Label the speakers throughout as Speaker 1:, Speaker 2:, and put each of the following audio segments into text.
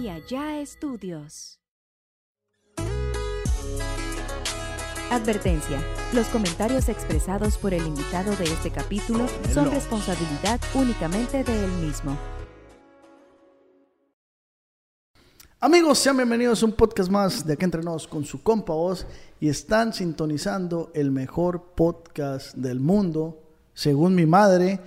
Speaker 1: y allá estudios. Advertencia. Los comentarios expresados por el invitado de este capítulo son responsabilidad únicamente de él mismo.
Speaker 2: Amigos, sean bienvenidos a un podcast más de Aquí Entre Nos con su compa Voz y están sintonizando el mejor podcast del mundo, según mi madre.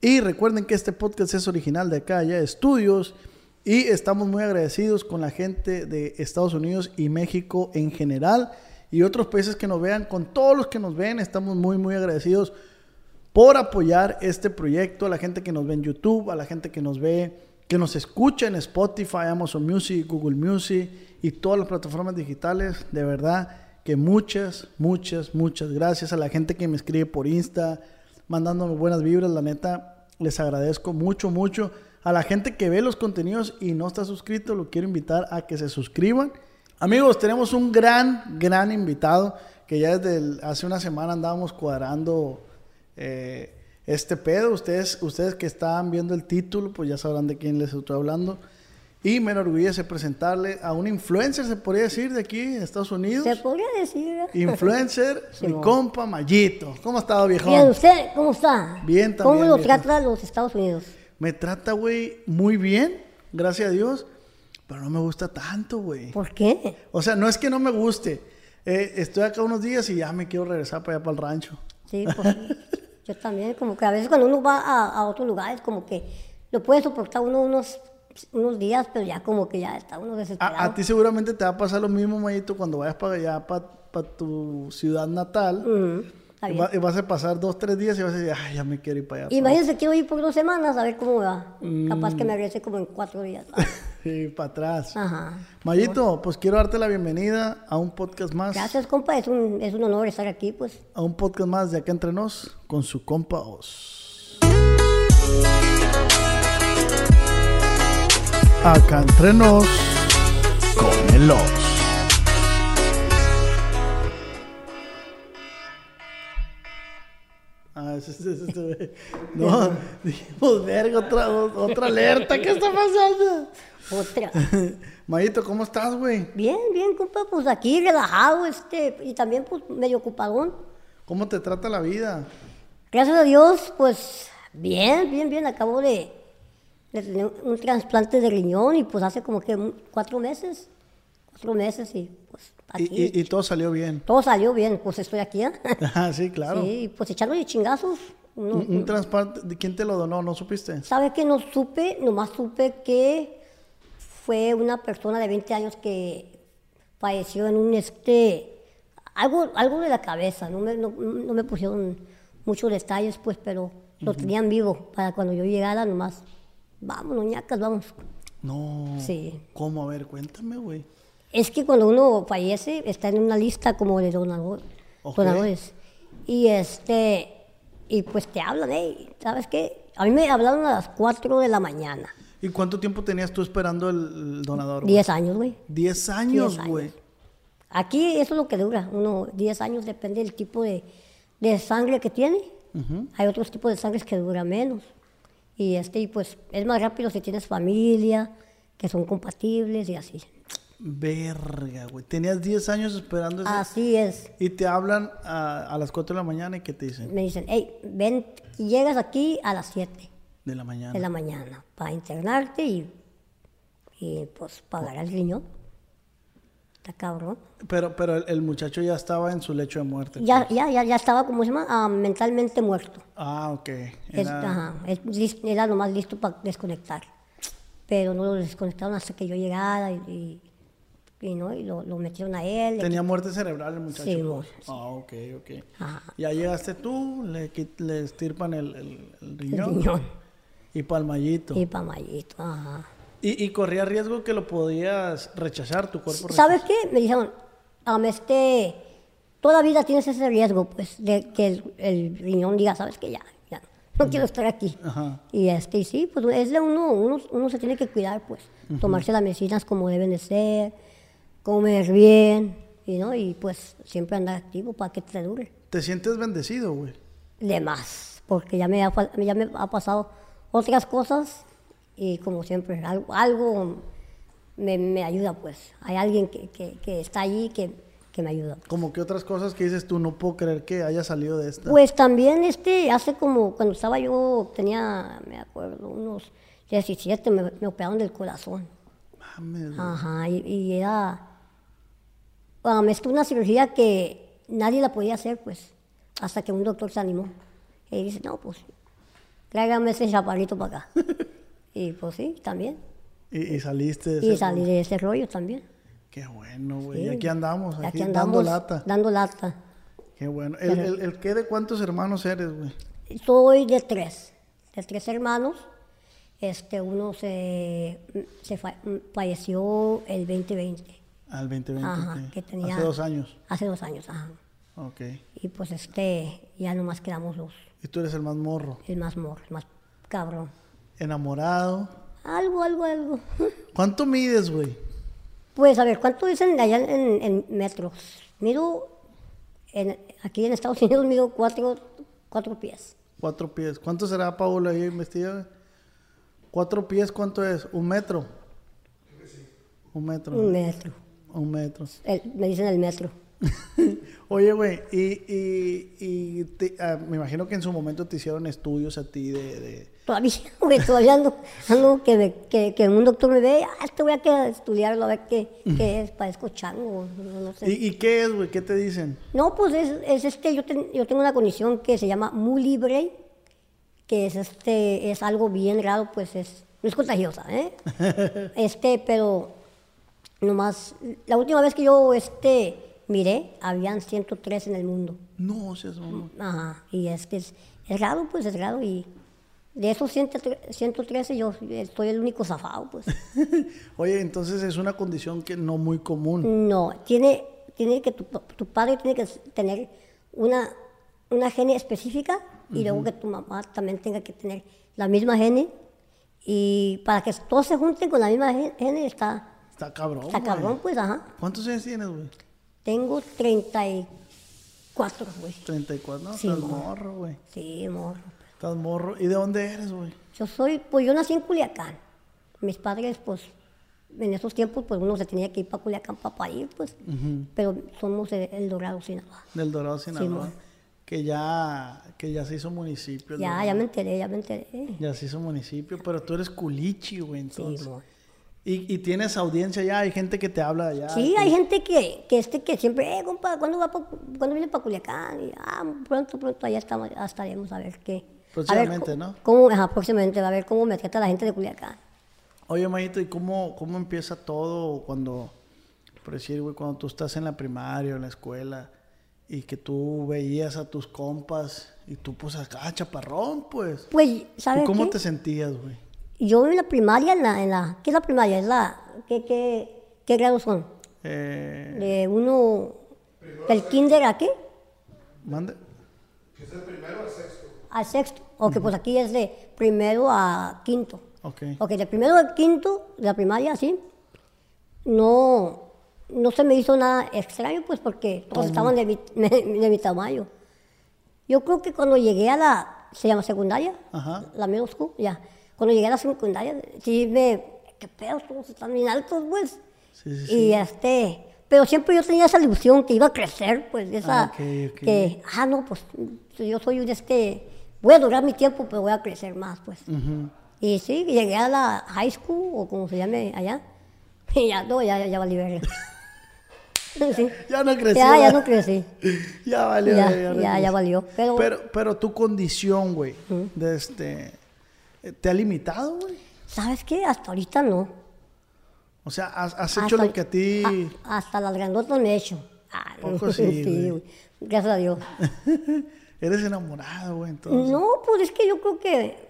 Speaker 2: Y recuerden que este podcast es original de acá, ya estudios. Y estamos muy agradecidos con la gente de Estados Unidos y México en general y otros países que nos vean, con todos los que nos ven, estamos muy, muy agradecidos por apoyar este proyecto, a la gente que nos ve en YouTube, a la gente que nos ve, que nos escucha en Spotify, Amazon Music, Google Music y todas las plataformas digitales. De verdad que muchas, muchas, muchas gracias a la gente que me escribe por Insta, mandándome buenas vibras, la neta, les agradezco mucho, mucho. A la gente que ve los contenidos y no está suscrito, lo quiero invitar a que se suscriban. Amigos, tenemos un gran, gran invitado que ya desde el- hace una semana andábamos cuadrando eh, este pedo. Ustedes, ustedes que estaban viendo el título, pues ya sabrán de quién les estoy hablando. Y me enorgullece presentarle a un influencer, se podría decir, de aquí, de Estados Unidos.
Speaker 3: ¿Se podría decir?
Speaker 2: Influencer, mi
Speaker 3: Simón.
Speaker 2: compa Mayito. ¿Cómo ha estado, viejón?
Speaker 3: Bien, ¿usted cómo está?
Speaker 2: Bien,
Speaker 3: ¿Cómo
Speaker 2: también,
Speaker 3: lo
Speaker 2: viejo.
Speaker 3: trata los Estados Unidos?
Speaker 2: Me trata, güey, muy bien, gracias a Dios. Pero no me gusta tanto, güey.
Speaker 3: ¿Por qué?
Speaker 2: O sea, no es que no me guste. Eh, estoy acá unos días y ya me quiero regresar para allá para el rancho.
Speaker 3: Sí, pues, yo también, como que a veces cuando uno va a, a otros lugares, como que lo puede soportar uno unos, unos días, pero ya como que ya está uno desesperado.
Speaker 2: A, a ti seguramente te va a pasar lo mismo, Mayito, cuando vayas para allá, para, tu ciudad natal.
Speaker 3: Ujú, está
Speaker 2: Y,
Speaker 3: bien.
Speaker 2: va- y vas a pasar dos, tres días y vas a decir, ay, ya me quiero ir para allá.
Speaker 3: Imagínense, quiero ir por dos semanas a ver cómo me va.
Speaker 2: Mm.
Speaker 3: Capaz que me regrese como en cuatro días. Ah,
Speaker 2: Sí, para atrás.
Speaker 3: Ajá.
Speaker 2: Mayito, pues quiero darte la bienvenida a un podcast más.
Speaker 3: Gracias, compa. Es un, es un honor estar aquí, pues.
Speaker 2: A un podcast más de Acá Entre Nos con su compa Os. Acá Entre Nos con el Os. Ah, ese- ese- ese- ese- No, dijimos, verga, otra, otra alerta, ¿qué está pasando?
Speaker 3: Otra.
Speaker 2: Mayito, ¿cómo estás, güey?
Speaker 3: Bien, bien, compa. Pues aquí relajado, este, y también pues medio ocupadón.
Speaker 2: ¿Cómo te trata la vida?
Speaker 3: Gracias a Dios, pues bien, bien, bien. Acabo de, de tener un trasplante de riñón y pues hace como que un- cuatro meses, cuatro meses y pues
Speaker 2: Y,
Speaker 3: aquí.
Speaker 2: y- y todo salió bien.
Speaker 3: Todo salió bien, pues estoy aquí, ¿eh?
Speaker 2: Ah, sí, claro.
Speaker 3: Sí, pues echándole chingazos. No,
Speaker 2: Un, un trasplante, ¿de quién te lo donó? ¿No supiste?
Speaker 3: ¿Sabes que No supe, nomás supe que fue una persona de 20 años que falleció en un este. Algo, algo de la cabeza, no me, no, no me pusieron muchos detalles, pues, pero lo tenían vivo para cuando yo llegara, nomás. Vámonos, ñacas, vamos.
Speaker 2: No.
Speaker 3: Sí.
Speaker 2: ¿Cómo? A ver, cuéntame, güey.
Speaker 3: Es que cuando uno fallece, está en una lista como de donador-
Speaker 2: Ok.
Speaker 3: donadores. Y este. Y pues te hablan, ¿eh? ¿Sabes qué? A mí me hablaron a las 4 de la mañana.
Speaker 2: ¿Y cuánto tiempo tenías tú esperando el- el donador? güey?
Speaker 3: 10 años, güey.
Speaker 2: Diez años,
Speaker 3: Diez años.
Speaker 2: güey.
Speaker 3: Aquí eso es lo que dura, uno 10 años, depende del tipo de, de sangre que tiene. Hay otros tipos de sangres que dura menos. Y este, y pues es más rápido si tienes familia, que son compatibles y así.
Speaker 2: Verga, güey. Tenías 10 años esperando eso.
Speaker 3: Así es.
Speaker 2: Y te hablan a, a las 4 de la mañana y ¿qué te dicen?
Speaker 3: Me dicen, hey, ven, llegas aquí a las 7
Speaker 2: De la mañana.
Speaker 3: de la mañana para internarte y, y pues pagar el riñón. Está cabrón.
Speaker 2: Pero, pero el, el muchacho ya estaba en su lecho de muerte. pues.
Speaker 3: Ya, ya, ya, ya estaba, como se llama? Ah, mentalmente muerto.
Speaker 2: Ah, ok.
Speaker 3: Es-
Speaker 2: Era-
Speaker 3: ajá, es lis- era lo más listo para desconectar. Pero no lo desconectaron hasta que yo llegara y, y- y no, y lo, lo metieron a él. le
Speaker 2: Tenía muerte cerebral el muchacho.
Speaker 3: Sí, mo-
Speaker 2: Ah, ok, ok.
Speaker 3: quit- ajá,
Speaker 2: Ya llegaste tú, le, quit- le estirpan el, el- el
Speaker 3: el
Speaker 2: riñón
Speaker 3: riñón.
Speaker 2: y palmallito.
Speaker 3: Y pamayito, ajá.
Speaker 2: Y, y corría riesgo que lo podías rechazar, tu cuerpo rechazó.
Speaker 3: ¿Sabes qué? Me dijeron, am, este, toda vida tienes ese riesgo, pues, de que el, el riñón diga, ¿sabes qué? Ya, ya, no quiero estar aquí.
Speaker 2: Ajá.
Speaker 3: Y este, y sí, pues es de uno, uno, uno se tiene que cuidar, pues, tomarse las medicinas como deben de ser, comer bien, y, ¿no? Y pues siempre andar activo para que te dure.
Speaker 2: Te sientes bendecido, güey.
Speaker 3: De más, porque ya me ha, fa- ya me ha pasado otras cosas y como siempre, algo, algo me, me ayuda, pues. Hay alguien que, que- que está allí que, que me ayuda.
Speaker 2: Como que otras cosas que dices tú, no puedo creer que haya salido de esta.
Speaker 3: Pues también este, hace como cuando estaba yo, tenía, me acuerdo, unos 17, me, me operaron del corazón.
Speaker 2: Mames, güey.
Speaker 3: Ajá, y, y era, bueno, me estuvo una cirugía que nadie la podía hacer, pues, hasta que un doctor se animó. Y dice, no, pues, tráigame ese chaparrito para acá. y pues sí, también.
Speaker 2: Y, y saliste de
Speaker 3: Y
Speaker 2: ese-
Speaker 3: salí de ese rollo también.
Speaker 2: Qué bueno, güey.
Speaker 3: Sí.
Speaker 2: Y aquí andamos, aquí,
Speaker 3: Aquí andamos
Speaker 2: dando lata.
Speaker 3: Dando lata.
Speaker 2: Qué bueno. ¿El,
Speaker 3: Pero-
Speaker 2: el, el qué de cuántos hermanos eres, güey?
Speaker 3: Soy de tres, de tres hermanos. Este, uno se, se fa- falleció el 2020,
Speaker 2: Al 2020.
Speaker 3: Ajá,
Speaker 2: ok.
Speaker 3: que tenía-
Speaker 2: Hace dos años.
Speaker 3: hace dos años, ajá.
Speaker 2: Ok.
Speaker 3: Y pues este, ya nomás quedamos dos,
Speaker 2: Y tú eres el más morro.
Speaker 3: el más morro, el más cabrón.
Speaker 2: Enamorado.
Speaker 3: Algo, algo, algo.
Speaker 2: ¿Cuánto mides, güey?
Speaker 3: Pues a ver, ¿cuánto dicen allá en, en metros? Mido, en- aquí en Estados Unidos mido cuatro, cuatro pies.
Speaker 2: Cuatro pies. ¿Cuánto será, Paula? Ahí investiga. güey. Cuatro pies, ¿cuánto es? ¿Un metro? Un metro.
Speaker 3: Un metro.
Speaker 2: Un metro.
Speaker 3: El- me dicen el metro.
Speaker 2: Oye, güey, y, y, y te- ah, me imagino que en su momento te hicieron estudios a ti de... de-
Speaker 3: Todavía, güey, todavía ando, ando que, me- que, que un doctor me ve, ah, te voy a quedar a estudiarlo a ver qué, qué es, parezco chango, no, no sé.
Speaker 2: ¿Y, y qué es, güey? ¿Qué te dicen?
Speaker 3: No, pues es, es este, yo, ten- yo tengo una condición que se llama libre que es este, es algo bien raro, pues es, no es contagiosa, ¿eh? Este, pero nomás, la última vez que yo este, miré, habían 103 en el mundo.
Speaker 2: No, seas mamón.
Speaker 3: Ajá, y es que es, es raro, pues es raro. Y de esos 113 113 yo estoy el único zafado, pues.
Speaker 2: Oye, entonces es una condición que no muy común.
Speaker 3: No, tiene, tiene que tu, tu padre tiene que tener una, una gene específica y luego que tu mamá también tenga que tener la misma gene. Y para que todos se junten con la misma ge- gene está,
Speaker 2: Está cabrón,
Speaker 3: está
Speaker 2: güey.
Speaker 3: cabrón, pues, ajá.
Speaker 2: ¿Cuántos años tienes, güey?
Speaker 3: Tengo 34, güey.
Speaker 2: 34, no,
Speaker 3: Sí,
Speaker 2: estás
Speaker 3: morro.
Speaker 2: morro, güey.
Speaker 3: Sí, morro.
Speaker 2: Estás morro. ¿Y de dónde eres, güey?
Speaker 3: Yo soy, pues yo nací en Culiacán. Mis padres, pues, en esos tiempos, pues uno se tenía que ir para Culiacán para parir, pues. Pero somos de El Dorado, Sinaloa.
Speaker 2: Del Dorado, Sinaloa.
Speaker 3: morro.
Speaker 2: que ya que ya se hizo municipio. el
Speaker 3: Ya,
Speaker 2: Dorado.
Speaker 3: ya me enteré, ya me enteré.
Speaker 2: Ya se hizo municipio, pero tú eres culichi, güey,
Speaker 3: Sí,
Speaker 2: entonces.
Speaker 3: mo.
Speaker 2: y, y tienes audiencia ya, hay gente que te habla de allá.
Speaker 3: Sí, hay gente que, que, este, que siempre, eh, compa, ¿cuándo, va pa- ¿cuándo viene para Culiacán? Y, ah, pronto, pronto, allá estamos, ya estaremos a ver qué. A ver
Speaker 2: Próximamente,
Speaker 3: co-
Speaker 2: ¿no?
Speaker 3: Cómo, ajá, próximamente, a ver cómo me trata la gente de Culiacán.
Speaker 2: Oye, Mayito, ¿y cómo, cómo empieza todo cuando, por decir, güey, cuando tú estás en la primaria o en la escuela y que tú veías a tus compas y tú, pues, acá, chaparrón, pues? ¿Tú
Speaker 3: Pues, ¿sabes
Speaker 2: cómo
Speaker 3: qué?
Speaker 2: te sentías, güey?
Speaker 3: Yo en la primaria, en la, en la, ¿qué es la primaria? Es la, ¿qué, qué, qué grados son?
Speaker 2: Eh,
Speaker 3: De uno, del kinder a qué?
Speaker 2: mande.
Speaker 3: Al sexto. O que pues aquí es de primero a quinto.
Speaker 2: Ok.
Speaker 3: Ok, de primero a quinto, de la primaria, sí. No, no se me hizo nada extraño, pues porque todos estaban de mi, de mi tamaño. Yo creo que cuando llegué a la, se llama secundaria,
Speaker 2: Ajá.
Speaker 3: la middle school, ya. Cuando llegué a la secundaria, sí me, qué pedo, todos están bien altos, pues.
Speaker 2: Sí, sí,
Speaker 3: Y este, pero siempre yo tenía esa ilusión que iba a crecer, pues, esa,
Speaker 2: Ah, ok, ok.
Speaker 3: que, ah, no, pues, yo soy de este, voy a durar mi tiempo, pero voy a crecer más, pues.
Speaker 2: Ujú.
Speaker 3: Y sí, llegué a la high school, o como se llame allá, y ya, no, ya, ya valí verga. Sí.
Speaker 2: Ya no crecí.
Speaker 3: Ya, ya
Speaker 2: ¿verdad?
Speaker 3: no crecí.
Speaker 2: Ya valió.
Speaker 3: Ya,
Speaker 2: no
Speaker 3: ya, ya
Speaker 2: crecí.
Speaker 3: valió. Pero,
Speaker 2: Pero, pero tu condición, güey, de este, eh, ¿te ha limitado, güey?
Speaker 3: ¿sabes qué? Hasta ahorita no.
Speaker 2: O sea, has, has
Speaker 3: Hasta
Speaker 2: hecho lo
Speaker 3: ahori-
Speaker 2: que a ti...
Speaker 3: Ah, hasta las grandotas me he hecho. Ah,
Speaker 2: Poco sí, güey.
Speaker 3: güey. Gracias a Dios.
Speaker 2: Eres enamorado, güey, entonces.
Speaker 3: No, pues es que yo creo que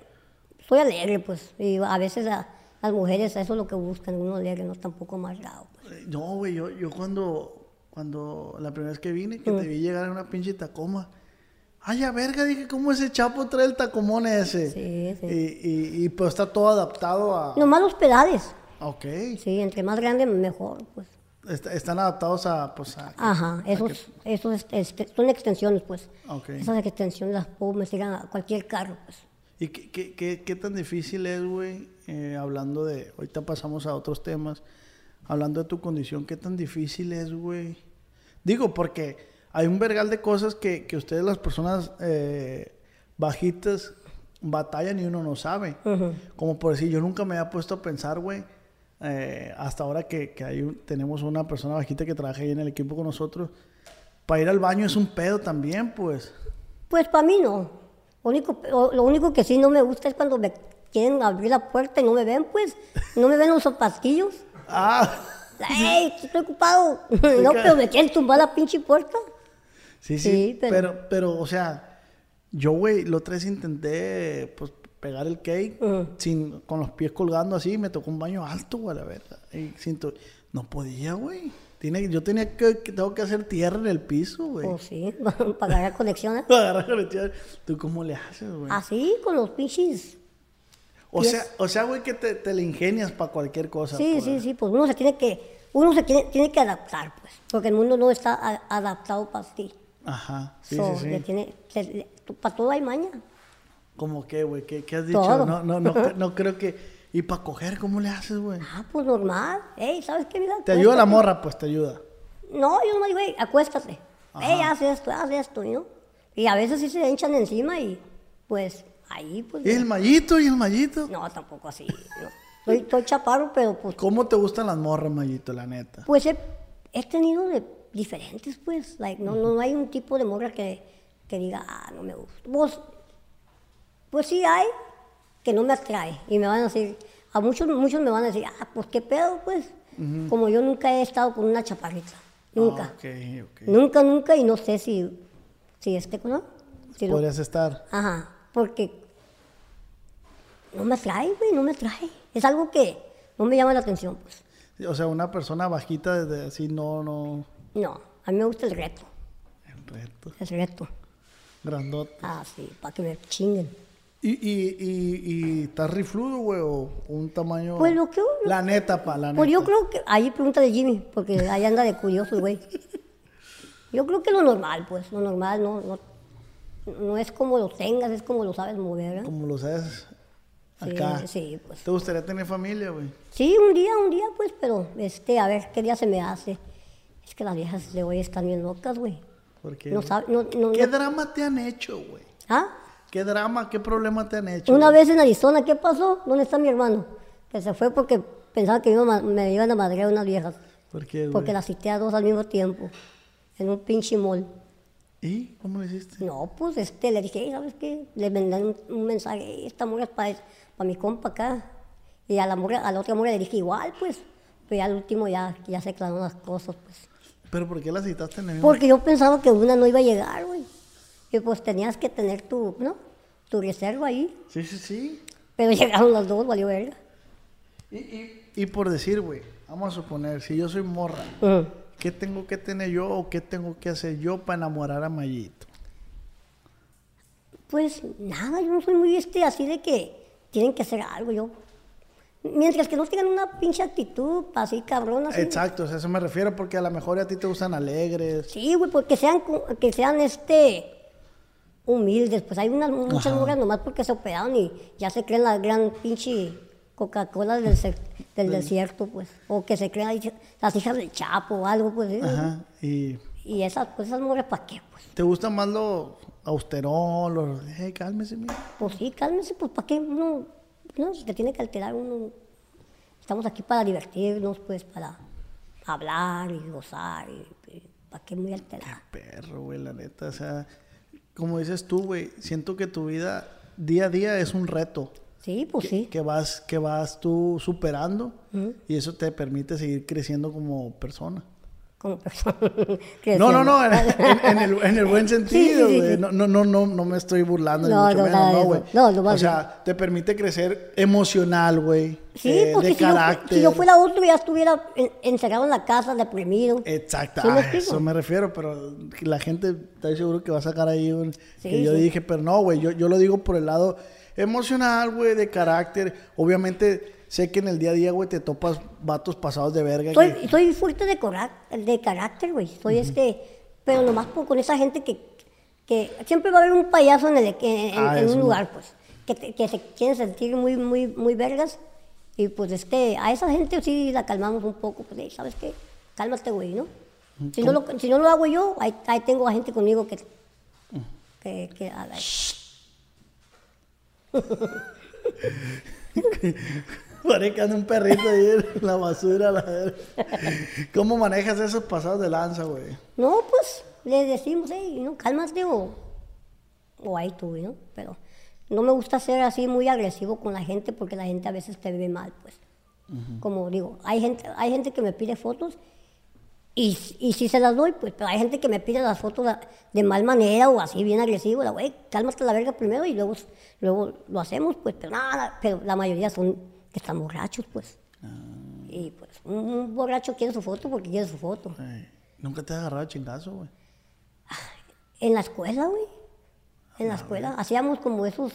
Speaker 3: soy alegre, pues. Y a veces a- las mujeres eso es lo que buscan, uno alegre, no tampoco amargado. pues.
Speaker 2: Eh, No, güey, yo, yo cuando, cuando la primera vez que vine, que te vi llegar en una pinche tacoma. Ay, a verga, dije, ¿cómo ese chapo trae el tacomón ese?
Speaker 3: Sí, sí.
Speaker 2: Y, y, y, pues está todo adaptado a...
Speaker 3: Nomás los pedales.
Speaker 2: Ok.
Speaker 3: Sí, entre más grande mejor, pues.
Speaker 2: Est- están adaptados a, pues, a...
Speaker 3: Ajá, esos, esos este, este, son extensiones, pues.
Speaker 2: Ok.
Speaker 3: Esas extensiones las puedo meter a cualquier carro, pues.
Speaker 2: ¿Y qué, qué, qué, qué tan difícil es, güey? eh, hablando de... Ahorita pasamos a otros temas. hablando de tu condición, qué tan difícil es, güey. Digo, porque hay un vergal de cosas que, que ustedes, las personas eh, bajitas, batallan y uno no sabe.
Speaker 3: Ujú.
Speaker 2: Como por decir, yo nunca me había puesto a pensar, güey, eh, hasta ahora que, que hay un- tenemos una persona bajita que trabaja ahí en el equipo con nosotros, para ir al baño es un pedo también, pues.
Speaker 3: Pues para mí no. Lo único, lo, lo único que sí no me gusta es cuando me quieren abrir la puerta y no me ven, pues. No me ven los zapasquillos.
Speaker 2: Ah,
Speaker 3: ¡Ey! Estoy ocupado. No, pero me quieren tumbar la pinche puerta.
Speaker 2: sí, sí.
Speaker 3: Sí,
Speaker 2: pero...
Speaker 3: pero-
Speaker 2: pero, o sea, yo, güey, lo tres intenté, pues, pegar el cake
Speaker 3: Ujú.
Speaker 2: sin, con los pies colgando así, me tocó un baño alto, güey, la verdad. Y siento, no podía, güey. Tiene, yo tenía que, que- tengo que hacer tierra en el piso, güey.
Speaker 3: Oh, sí, para agarrar conexiones.
Speaker 2: Agarrar con el tierra. ¿Tú cómo le haces, güey?
Speaker 3: ¿eh? Así, con los pinches.
Speaker 2: O
Speaker 3: Yes.
Speaker 2: sea, o sea, güey, que te, te le ingenias para cualquier cosa.
Speaker 3: Sí,
Speaker 2: pues.
Speaker 3: sí, sí, pues uno se tiene que, uno se tiene, tiene que adaptar, pues. Porque el mundo no está a- adaptado para ti.
Speaker 2: Ajá, sí,
Speaker 3: So,
Speaker 2: sí,
Speaker 3: le
Speaker 2: sí.
Speaker 3: tiene- se- le- para todo hay maña.
Speaker 2: ¿Cómo qué, güey? ¿Qué, qué has dicho?
Speaker 3: Todo.
Speaker 2: No, no, no, cre- no creo que... ¿Y para coger cómo le haces, güey?
Speaker 3: Ah, pues normal. Ey, ¿sabes qué? Mira,
Speaker 2: Te ayuda la
Speaker 3: acuéstate.
Speaker 2: morra, pues te ayuda.
Speaker 3: No, yo no digo, "Ey, acuéstate.
Speaker 2: Ajá.
Speaker 3: Ey, haz esto, haz esto, ¿no? Y a veces sí se hinchan encima y, pues, ahí, pues.
Speaker 2: ¿Y el mallito? ¿Y el mallito?
Speaker 3: No, tampoco así. no. Soy, soy chaparro, pero pues,
Speaker 2: ¿Cómo te gustan las morras, mallito, la neta?
Speaker 3: pues he, he tenido de diferentes, pues. Like, no, no, no hay un tipo de morra que, que diga, ah, no me gusta. Pues, pues sí hay que no me atrae. Y me van a decir, a muchos, muchos me van a decir, ah, pues qué pedo, pues. Como yo nunca he estado con una chaparrita. Nunca.
Speaker 2: Ah, ok, ok.
Speaker 3: Nunca, nunca, y no sé si, si este, ¿no? Si lo-
Speaker 2: Podrías estar...
Speaker 3: Ajá, porque no me atrae, güey, no me atrae. Es algo que no me llama la atención, pues.
Speaker 2: O sea, una persona bajita desde así, no, no...
Speaker 3: No, a mí me gusta el reto,
Speaker 2: El reto.
Speaker 3: el reto.
Speaker 2: Grandote.
Speaker 3: Ah, sí, para que me chinguen.
Speaker 2: ¿Y, y, y, y estás rifludo, güey? ¿O un tamaño...?
Speaker 3: Pues lo que- lo-
Speaker 2: La neta, pa, la neta.
Speaker 3: Pues yo creo que, ahí pregunta de Jimmy, porque ahí anda de curioso, el güey. Yo creo que lo normal, pues, lo normal no, no, no es como lo tengas, es como lo sabes mover, ¿eh?
Speaker 2: Como lo sabes
Speaker 3: Sí,
Speaker 2: acá.
Speaker 3: sí, pues.
Speaker 2: ¿Te gustaría tener familia, güey?
Speaker 3: Sí, un día, un día, pues, pero, este, a ver, ¿qué día se me hace? Es que las viejas de hoy están bien locas, güey.
Speaker 2: Porque
Speaker 3: No sabe, no, no,
Speaker 2: ¿Qué
Speaker 3: no-
Speaker 2: drama te han hecho, güey?
Speaker 3: ¿Ah?
Speaker 2: ¿Qué drama, qué problema te han hecho?
Speaker 3: Una
Speaker 2: güey?
Speaker 3: vez en Arizona, ¿qué pasó? ¿Dónde está mi hermano? Que se fue porque pensaba que iba a ma- me iban a madrear unas viejas.
Speaker 2: ¿Por qué, güey?
Speaker 3: Porque las cité a dos al mismo tiempo. En un pinche mall.
Speaker 2: ¿Y cómo lo hiciste?
Speaker 3: No, pues, este, le dije, "Ey, ¿sabes qué? Le mandé un, un mensaje, "Ey, esta morra es para mi compa acá. Y a la, morra- a la otra morra le dije igual, pues. Pero ya al último ya, ya se aclararon las cosas, pues.
Speaker 2: ¿Pero por qué las citaste en el mismo-
Speaker 3: Porque yo pensaba que una no iba a llegar, güey. Y pues tenías que tener tu, ¿no? Tu reserva ahí.
Speaker 2: Sí, sí, sí.
Speaker 3: Pero llegaron las dos, valió verga.
Speaker 2: Y, y- y por decir, güey, vamos a suponer, si yo soy morra,
Speaker 3: Ujú.
Speaker 2: ¿qué tengo que tener yo o qué tengo que hacer yo para enamorar a Mayito?
Speaker 3: Pues nada, yo no soy muy este, así de que tienen que hacer algo, yo. Mientras que no tengan una pinche actitud así cabrona.
Speaker 2: Ah,
Speaker 3: así.
Speaker 2: Exacto, o sea, a eso me refiero porque a lo mejor a ti te gustan alegres.
Speaker 3: Sí, güey, porque sean, cu- que sean este humildes. Pues hay unas muchas
Speaker 2: Ajá.
Speaker 3: morras nomás porque se operaron y ya se creen la gran pinche Coca-Cola del, cer- del desierto, pues. O que se creen ahí las hijas del Chapo o algo, pues. ¿sí?
Speaker 2: Ajá. Y
Speaker 3: Y esas, pues, esas morras, ¿para qué, pues?
Speaker 2: te gusta más lo austerón, lo... Hey, cálmese, mira.
Speaker 3: Pues sí, cálmese, pues para qué uno, no, se tiene que alterar uno. Estamos aquí para divertirnos, pues para hablar y gozar, y, para qué muy alterar.
Speaker 2: Perro, güey, la neta. O sea, como dices tú, güey, siento que tu vida día a día es un reto
Speaker 3: Sí, pues sí.
Speaker 2: que vas, que vas tú superando y eso te permite seguir creciendo como persona.
Speaker 3: Como persona.
Speaker 2: No,
Speaker 3: creciendo.
Speaker 2: no, no, en, en el, en el buen sentido,
Speaker 3: Sí, sí, sí,
Speaker 2: güey.
Speaker 3: sí.
Speaker 2: No, no, no, no, no me estoy burlando ni
Speaker 3: No,
Speaker 2: mucho
Speaker 3: no,
Speaker 2: menos,
Speaker 3: nada de
Speaker 2: no,
Speaker 3: eso.
Speaker 2: güey.
Speaker 3: No, lo
Speaker 2: o
Speaker 3: más
Speaker 2: sea, te permite crecer emocional, güey.
Speaker 3: Sí,
Speaker 2: eh,
Speaker 3: porque
Speaker 2: de
Speaker 3: si yo,
Speaker 2: carácter.
Speaker 3: si yo fuera otro ya estuviera en- encerrado en la casa, deprimido.
Speaker 2: Exacto,
Speaker 3: ¿Sí me
Speaker 2: a
Speaker 3: explico?
Speaker 2: eso me refiero, pero la gente está seguro que va a sacar ahí un... que
Speaker 3: Sí,
Speaker 2: yo
Speaker 3: sí.
Speaker 2: dije, pero no, güey, yo, yo lo digo por el lado emocional, güey, de carácter. Obviamente sé que en el día a día, güey, te topas vatos pasados de verga.
Speaker 3: Soy,
Speaker 2: que-
Speaker 3: soy fuerte de, cora- de carácter, güey. Soy este, pero nomás por- con esa gente que, que siempre va a haber un payaso en, el, en, en-
Speaker 2: Ah,
Speaker 3: en
Speaker 2: es
Speaker 3: un
Speaker 2: un-
Speaker 3: lugar, pues, que, te- que se quieren sentir muy, muy, muy vergas y Y pues este, a esa gente sí la calmamos un poco, pues, "Ey, ¿sabes qué? Cálmate, güey, ¿no?
Speaker 2: Mm,
Speaker 3: Si no, lo, si no lo hago yo, ahí, ahí tengo a gente conmigo que...
Speaker 2: Mm.
Speaker 3: que, que haga eso.
Speaker 2: Parece que anda un perrito ahí en la basura. la verga. ¿Cómo manejas esos pasados de lanza, güey?
Speaker 3: No, pues le decimos, hey, no, cálmate o, o ahí tú, ¿no? Pero no me gusta ser así muy agresivo con la gente porque la gente a veces te ve mal, pues. Como digo, hay gente, hay gente que me pide fotos y, y sí se las doy, pues, pero hay gente que me pide las fotos a- de mal manera o así, bien agresivo, la güey, cálmate la verga primero y luego, luego lo hacemos, pues, pero nada, pero la mayoría son que están borrachos, pues. Y pues, un, un borracho quiere su foto porque quiere su foto.
Speaker 2: Ey, Nunca te has agarrado a chingazo, güey.
Speaker 3: En la escuela, güey. En
Speaker 2: Ah,
Speaker 3: la escuela. Hacíamos como esos.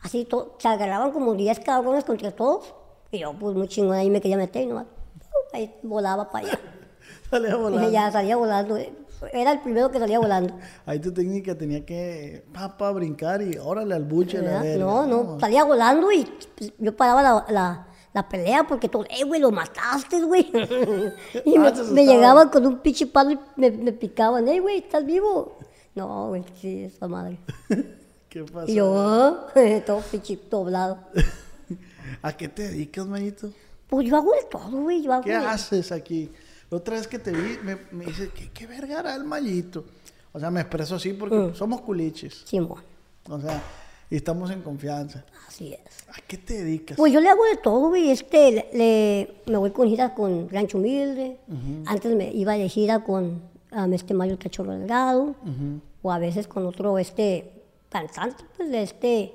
Speaker 3: Así, to- se agarraban como 10 cabrones contra todos. Y yo, pues muy chingón, ahí me quería meter y nomás. ¡pum! Ahí volaba para allá.
Speaker 2: Dale a volar.
Speaker 3: Y ya salía volando. eh. Era el primero que salía volando.
Speaker 2: Ahí tu técnica tenía que, papá, brincar y órale al buche. la
Speaker 3: ¿verdad?
Speaker 2: verga.
Speaker 3: No, no, salía volando y pues, yo paraba la, la- la pelea porque todo, eh, güey, lo mataste, güey. y
Speaker 2: Ah,
Speaker 3: me,
Speaker 2: te
Speaker 3: me
Speaker 2: asustaban.
Speaker 3: llegaban con un pinche palo y me, me picaban, eh, güey, ¿estás vivo? No, güey, sí, esa madre.
Speaker 2: ¿Qué pasa?
Speaker 3: Y yo, ah, todo pinche doblado.
Speaker 2: ¿A qué te dedicas, manito?
Speaker 3: Pues yo hago de todo, güey. Yo hago
Speaker 2: ¿Qué
Speaker 3: de-
Speaker 2: haces aquí? La otra vez que te vi, me, me dices, ¿qué, qué verga era el mallito? O sea, me expreso así porque
Speaker 3: Mm.
Speaker 2: somos culiches.
Speaker 3: Simón,
Speaker 2: O sea, y estamos en confianza.
Speaker 3: así es.
Speaker 2: ¿A qué te dedicas?
Speaker 3: Pues yo le hago de todo, güey. Este, le, le- me voy con giras con Rancho Humilde. Antes me iba de gira con am, este Mario el Cachorro Delgado. O a veces con otro, este, cantante, pues, de este.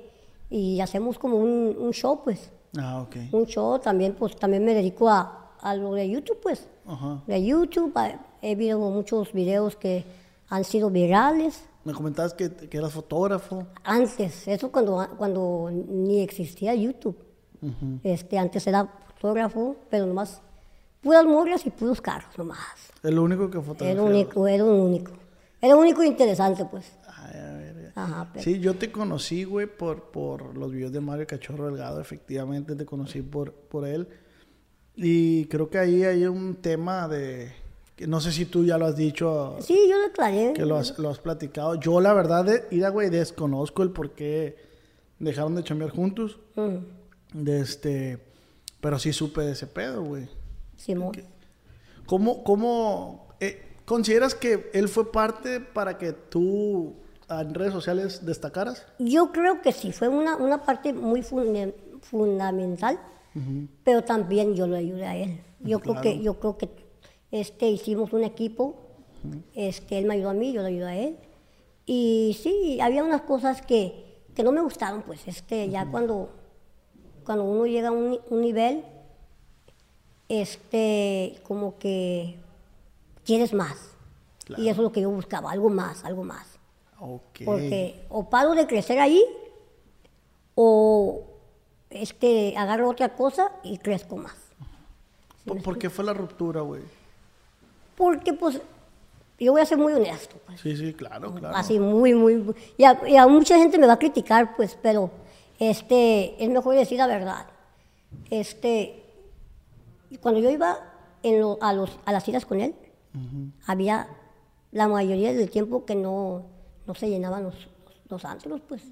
Speaker 3: Y hacemos como un, un show, pues.
Speaker 2: Ah, ok.
Speaker 3: Un show también, pues, también me dedico a, a lo de YouTube, pues.
Speaker 2: Ajá.
Speaker 3: De YouTube, a- he visto muchos videos que han sido virales.
Speaker 2: Me comentabas que, que eras fotógrafo.
Speaker 3: Antes, eso cuando, cuando ni existía YouTube. este, antes era fotógrafo, pero nomás puras morras y puros carros nomás.
Speaker 2: Es lo único que fotografiaba.
Speaker 3: Era único, era un único. Era único e interesante, pues.
Speaker 2: Ay, a ver.
Speaker 3: Ajá, Ah, pero-
Speaker 2: Sí, yo te conocí, güey, por, por los videos de Mario Cachorro Delgado, efectivamente te conocí por, por él. Y creo que ahí hay un tema de, que no sé si tú ya lo has dicho,
Speaker 3: Sí, yo lo aclaré.
Speaker 2: que lo has, lo has platicado. Yo la verdad, de, mira, güey, desconozco el por qué dejaron de chambear juntos.
Speaker 3: Ujú,
Speaker 2: De este, pero sí supe de ese pedo, güey.
Speaker 3: Simón.
Speaker 2: ¿Cómo, cómo eh, consideras que él fue parte para que tú ah, en redes sociales destacaras?
Speaker 3: Yo creo que sí, fue una, una parte muy funda- fundamental, pero también yo lo ayudé a él. Yo creo que,
Speaker 2: Claro.
Speaker 3: yo creo que este, hicimos un equipo, este, él me ayudó a mí, yo lo ayudé a él. Y sí, había unas cosas que, que no me gustaron, pues este, ya cuando, cuando uno llega a un, ni- un nivel, este, como que quieres más.
Speaker 2: Claro.
Speaker 3: Y eso es lo que yo buscaba, algo más, algo más.
Speaker 2: Ok.
Speaker 3: Porque o paro de crecer ahí o este, agarro otra cosa y crezco más.
Speaker 2: ¿Por, por qué fue la ruptura, güey?
Speaker 3: Porque pues yo voy a ser muy honesto. pues.
Speaker 2: Sí, sí, claro, claro.
Speaker 3: Así muy, muy... muy- Y a, y a mucha gente me va a criticar, pues, pero este, es mejor decir la verdad. Este, cuando yo iba en lo- a, los, a las citas con él, había la mayoría del tiempo que no, no se llenaban los, los antros, pues.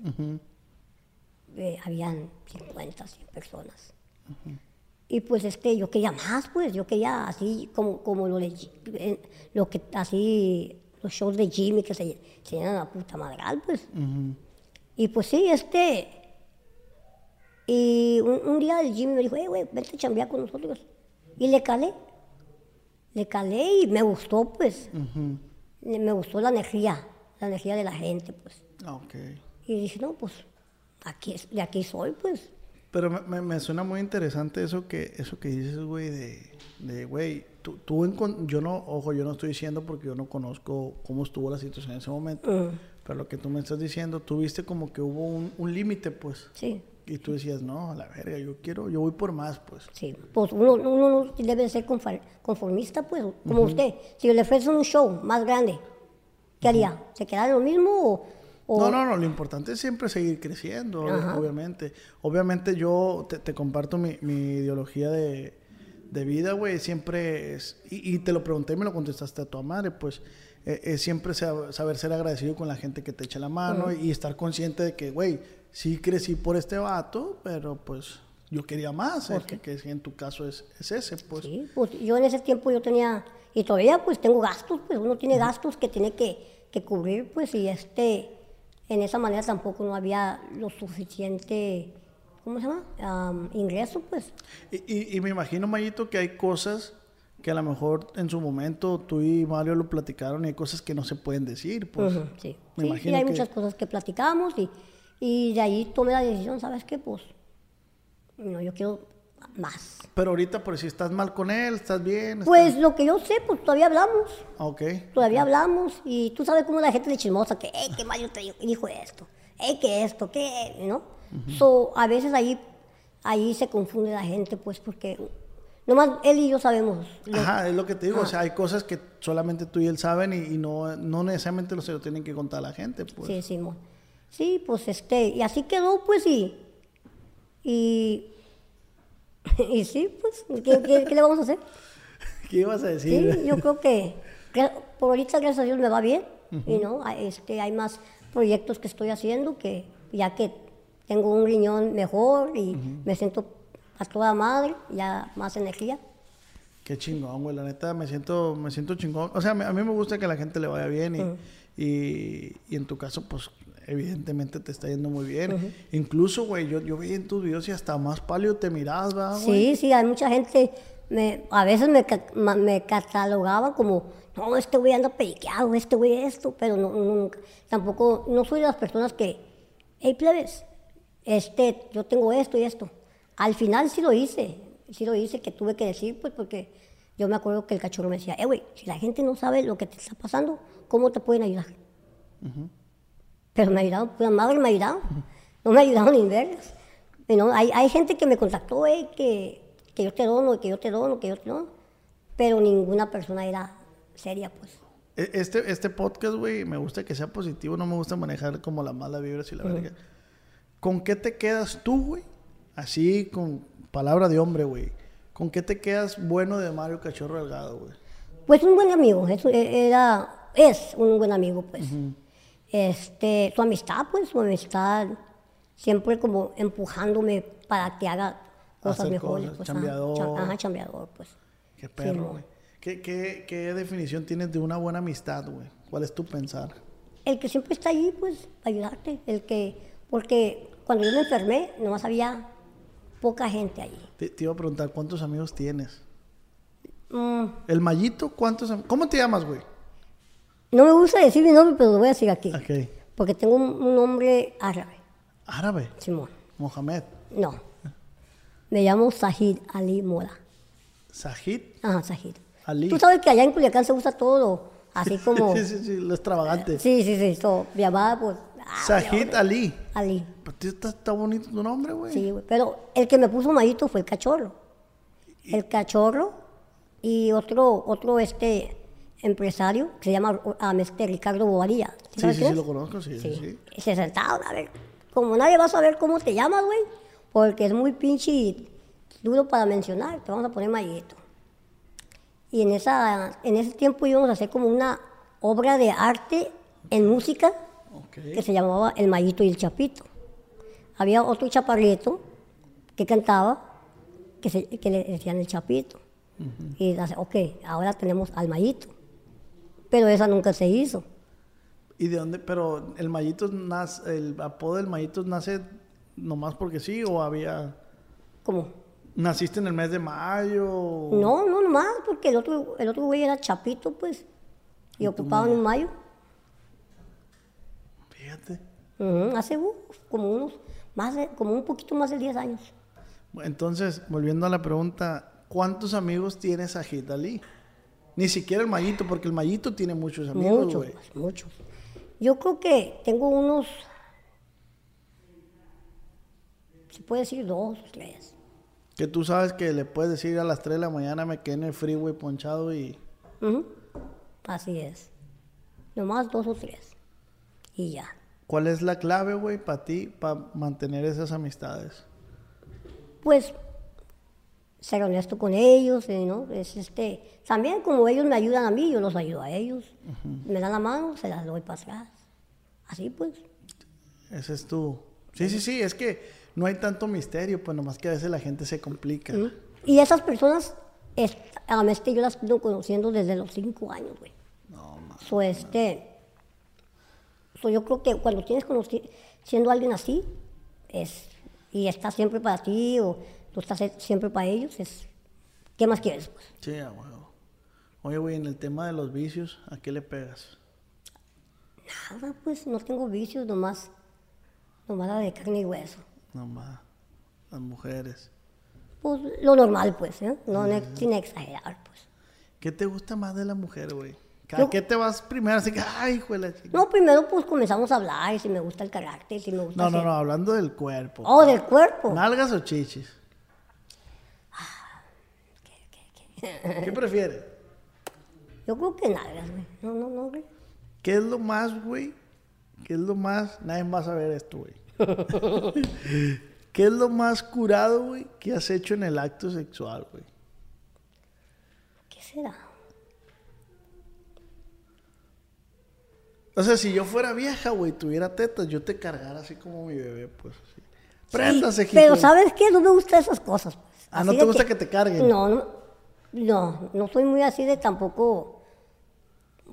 Speaker 3: Eh, habían 50, 100 personas. Y pues este, yo quería más, pues, yo quería así como, como lo, de Ji- eh, lo que, así, los shows de Jimmy que se, se llenan a puta madral, pues. Y pues sí, este, y un, un día el Jimmy me dijo, hey, güey, vente a chambear con nosotros. Y le calé, le calé y me gustó, pues, Le- me gustó la energía, la energía de la gente, pues.
Speaker 2: Ah, ok.
Speaker 3: Y dije, no, pues, aquí, es- de aquí soy, pues.
Speaker 2: Pero me, me- me suena muy interesante eso que, eso que dices, güey, de, de, güey, tú, tú encon- yo no, ojo, yo no estoy diciendo porque yo no conozco cómo estuvo la situación en ese momento, pero lo que tú me estás diciendo, tú viste como que hubo un, un límite, pues,
Speaker 3: Sí.
Speaker 2: y tú decías, no, a la verga, yo quiero, yo voy por más, pues.
Speaker 3: Sí, pues uno, uno no debe ser confor- conformista, pues, como usted. Si le ofrecen un show más grande, ¿qué haría? ¿Se queda en lo mismo o, O-
Speaker 2: No, no, no, lo importante es siempre seguir creciendo, ob-
Speaker 3: Ajá.
Speaker 2: obviamente. Obviamente yo te, te comparto mi, mi ideología de, de vida, güey, siempre es, y, y te lo pregunté y me lo contestaste a tu madre, pues eh, eh, siempre sa- saber ser agradecido con la gente que te echa la mano y estar consciente de que, güey, sí crecí por este vato, pero pues yo quería más, el que, que en tu caso es, es ese, pues.
Speaker 3: Sí, pues yo en ese tiempo yo tenía, y todavía pues tengo gastos, pues uno tiene gastos que tiene que, que cubrir, pues, y este, en esa manera tampoco no había lo suficiente, ¿cómo se llama? Am, ingreso, pues.
Speaker 2: Y, y- y me imagino, Mayito, que hay cosas que a lo mejor en su momento tú y Mario lo platicaron y hay cosas que no se pueden decir, pues.
Speaker 3: Ujú,
Speaker 2: me
Speaker 3: sí. Sí, sí,
Speaker 2: imagino
Speaker 3: hay
Speaker 2: que-
Speaker 3: muchas cosas que platicamos y, y de ahí tomé la decisión, ¿sabes qué? Pues, no, yo quiero más.
Speaker 2: Pero ahorita, por si estás mal con él, estás bien. estás- Ah,
Speaker 3: Pues lo que yo sé, pues todavía hablamos.
Speaker 2: Ok.
Speaker 3: Todavía hablamos y tú sabes cómo la gente de chismosa que, hey, que Mario te dijo esto, hey, que esto, que, ¿no? So, a veces ahí, ahí se confunde la gente, pues, porque nomás él y yo sabemos. lo- Ah.
Speaker 2: Ajá, es lo que te digo. O sea, hay cosas que solamente tú y él saben y, y no, no necesariamente lo se lo tienen que contar a la gente, pues.
Speaker 3: Sí, Simón. Sí, pues este, y así quedó, pues, y. Y. Y sí, pues, ¿qué, qué- qué le vamos a hacer?
Speaker 2: ¿Qué ibas a
Speaker 3: Sí,
Speaker 2: decir?
Speaker 3: yo creo que. gra- Por ahorita, gracias a Dios, me va bien. Y no, a- este, hay más proyectos que estoy haciendo que, ya que tengo un riñón mejor y me siento a toda madre, ya más energía.
Speaker 2: Qué chingón, güey. La neta, me siento, me siento chingón. O sea, me- a mí me gusta que a la gente le vaya bien y, y, y en tu caso, pues, evidentemente te está yendo muy bien. Incluso, güey, yo, yo vi en tus videos y hasta más pálido te mirabas, ¿verdad, güey?
Speaker 3: Sí, sí, hay mucha gente, me, a veces me, ca- ma- me catalogaba como, no, este güey anda periqueado, este güey esto, pero no, no, nunca- tampoco, no soy de las personas que, hey, plebes, este, yo tengo esto y esto. Al final sí lo hice, sí lo hice, que tuve que decir, pues, porque yo me acuerdo que el cachorro me decía, eh, güey, si la gente no sabe lo que te está pasando, ¿cómo te pueden ayudar? Pero me ayudaron, pura madre me ayudaron. No me ayudaron ni vergas. Y no, hay, hay gente que me contactó, "Ey, que, que yo te dono, que yo te dono, que yo te dono. Pero ninguna persona era seria, pues.
Speaker 2: E- Este, este podcast, güey, me gusta que sea positivo. No me gusta manejar como las malas vibras y la verga. ¿Con qué te quedas tú, güey? Así, con palabra de hombre, güey. ¿Con qué te quedas bueno de Mario Cachorro Delgado, güey?
Speaker 3: Pues un buen amigo, es, e, era, es un buen amigo, pues. este, su amistad, pues, su amistad, siempre como empujándome para que haga cosas
Speaker 2: Hacer
Speaker 3: mejores.
Speaker 2: cosas,
Speaker 3: pues, ajá,
Speaker 2: chambeador.
Speaker 3: cha- Ajá, chambeador, pues.
Speaker 2: Qué perro,
Speaker 3: mo.
Speaker 2: güey. ¿Qué, qué, qué definición tienes de una buena amistad, güey? ¿Cuál es tu pensar?
Speaker 3: El que siempre está allí, pues, para ayudarte. El que, porque cuando yo me enfermé, nomás había poca gente allí.
Speaker 2: Te, te iba a preguntar, ¿cuántos amigos tienes?
Speaker 3: Mm,
Speaker 2: El Mayito, ¿cuántos am- ¿Cómo te llamas, güey?
Speaker 3: no me gusta decir mi nombre, pero lo voy a decir aquí.
Speaker 2: Ok.
Speaker 3: Porque tengo un, un nombre árabe,
Speaker 2: Árabe.
Speaker 3: Simón.
Speaker 2: Mohamed.
Speaker 3: No. Me llamo Sahid Ali Mora.
Speaker 2: Sajid.
Speaker 3: Ajá, Sahid.
Speaker 2: Ali.
Speaker 3: Tú sabes que allá en Culiacán se usa todo, así como...
Speaker 2: sí, sí, sí, lo extravagante.
Speaker 3: sí, sí, sí, todo. Llamada, pues... ah,
Speaker 2: Sajid Ali.
Speaker 3: Ali.
Speaker 2: Pero tío, está, está bonito tu nombre, güey.
Speaker 3: Sí, güey, pero el que me puso mallito fue el cachorro. El cachorro y otro, otro este empresario que se llama um, este Ricardo Bobadilla.
Speaker 2: sí, sí,
Speaker 3: sabes
Speaker 2: sí,
Speaker 3: quién es?
Speaker 2: lo conozco, sí, sí. sí.
Speaker 3: Sí. Se sentaron, a ver, como nadie va a saber cómo te llamas, güey, porque es muy pinche y duro para mencionar, te vamos a poner mallito. Y en, esa, en ese tiempo íbamos a hacer como una obra de arte en música
Speaker 2: Ok.
Speaker 3: que se llamaba El Mayito y el Chapito. Había otro chaparrito que cantaba, que, se- que le decían el Chapito. Y dice, ok, ahora tenemos al Mayito. Pero esa nunca se hizo.
Speaker 2: ¿Y de dónde? Pero el Mayito nace, el apodo del Mayito nace nomás porque sí, o había.
Speaker 3: Como,
Speaker 2: ¿Naciste en el mes de mayo?
Speaker 3: no, no, nomás, porque el otro, el otro güey era Chapito, pues, y ocupaban un mayo.
Speaker 2: Fíjate.
Speaker 3: Ujú, hace uh, como unos, más de- como un poquito más de 10 años.
Speaker 2: Entonces, volviendo a la pregunta, ¿cuántos amigos tienes a Hitali? Ni siquiera el Mayito, porque el Mayito tiene muchos amigos,
Speaker 3: Muchos,
Speaker 2: güey.
Speaker 3: pues, muchos. Yo creo que tengo unos, se puede decir dos, tres.
Speaker 2: Que tú sabes que le puedes decir a las 3 de la mañana me quedé en el freeway ponchado y...
Speaker 3: Ujú, Así es. Nomás dos o tres. Y ya.
Speaker 2: ¿Cuál es la clave, güey, para ti, para mantener esas amistades?
Speaker 3: Pues ser honesto con ellos, eh, ¿no? Es este, también como ellos me ayudan a mí, yo los ayudo a ellos. Me dan la mano, se las doy para atrás. Así pues.
Speaker 2: Ese es tu... Sí, sí, sí, es que no hay tanto misterio, pues nomás que a veces la gente se complica.
Speaker 3: ¿Mm? Y esas personas, est- a mí este, yo las estoy conociendo desde los cinco años, güey.
Speaker 2: No, ma-
Speaker 3: So, este, so, yo creo que cuando tienes conoci- siendo alguien así, es, y está siempre para ti, o tú estás e- siempre para ellos, es, ¿qué más quieres? pues?
Speaker 2: Sí, a huevo. Oye, güey, en el tema de los vicios, ¿a qué le pegas?
Speaker 3: Nada, pues, no tengo vicios, nomás, nomás la de carne y hueso.
Speaker 2: Nomás, las mujeres.
Speaker 3: Pues, lo normal, pues, ¿eh? No, ne- sin exagerar, pues.
Speaker 2: ¿Qué te gusta más de la mujer, güey? ¿A
Speaker 3: Yo-
Speaker 2: qué te vas primero? Así que, ay, hijo de la chica.
Speaker 3: No, primero, pues, comenzamos a hablar, y si me gusta el carácter, y si me gusta...
Speaker 2: No, no,
Speaker 3: hacer-
Speaker 2: no, hablando del cuerpo.
Speaker 3: Oh, del cuerpo.
Speaker 2: ¿Nalgas o chichis? ¿Qué prefieres?
Speaker 3: Yo creo que nada, güey. No, no, no, güey.
Speaker 2: ¿Qué es lo más, güey? ¿Qué es lo más? Nadie va a saber esto, güey. ¿Qué es lo más curado, güey, que has hecho en el acto sexual, güey?
Speaker 3: ¿Qué será?
Speaker 2: O sea, si yo fuera vieja, güey, tuviera tetas, yo te cargara así como mi bebé, pues. Así. Préndase,
Speaker 3: Sí, Pero
Speaker 2: hijo.
Speaker 3: ¿sabes qué? No me gustan esas cosas. pues.
Speaker 2: Ah,
Speaker 3: Así
Speaker 2: ¿no te
Speaker 3: de
Speaker 2: gusta que te carguen?
Speaker 3: No, no, no, no soy muy así de tampoco...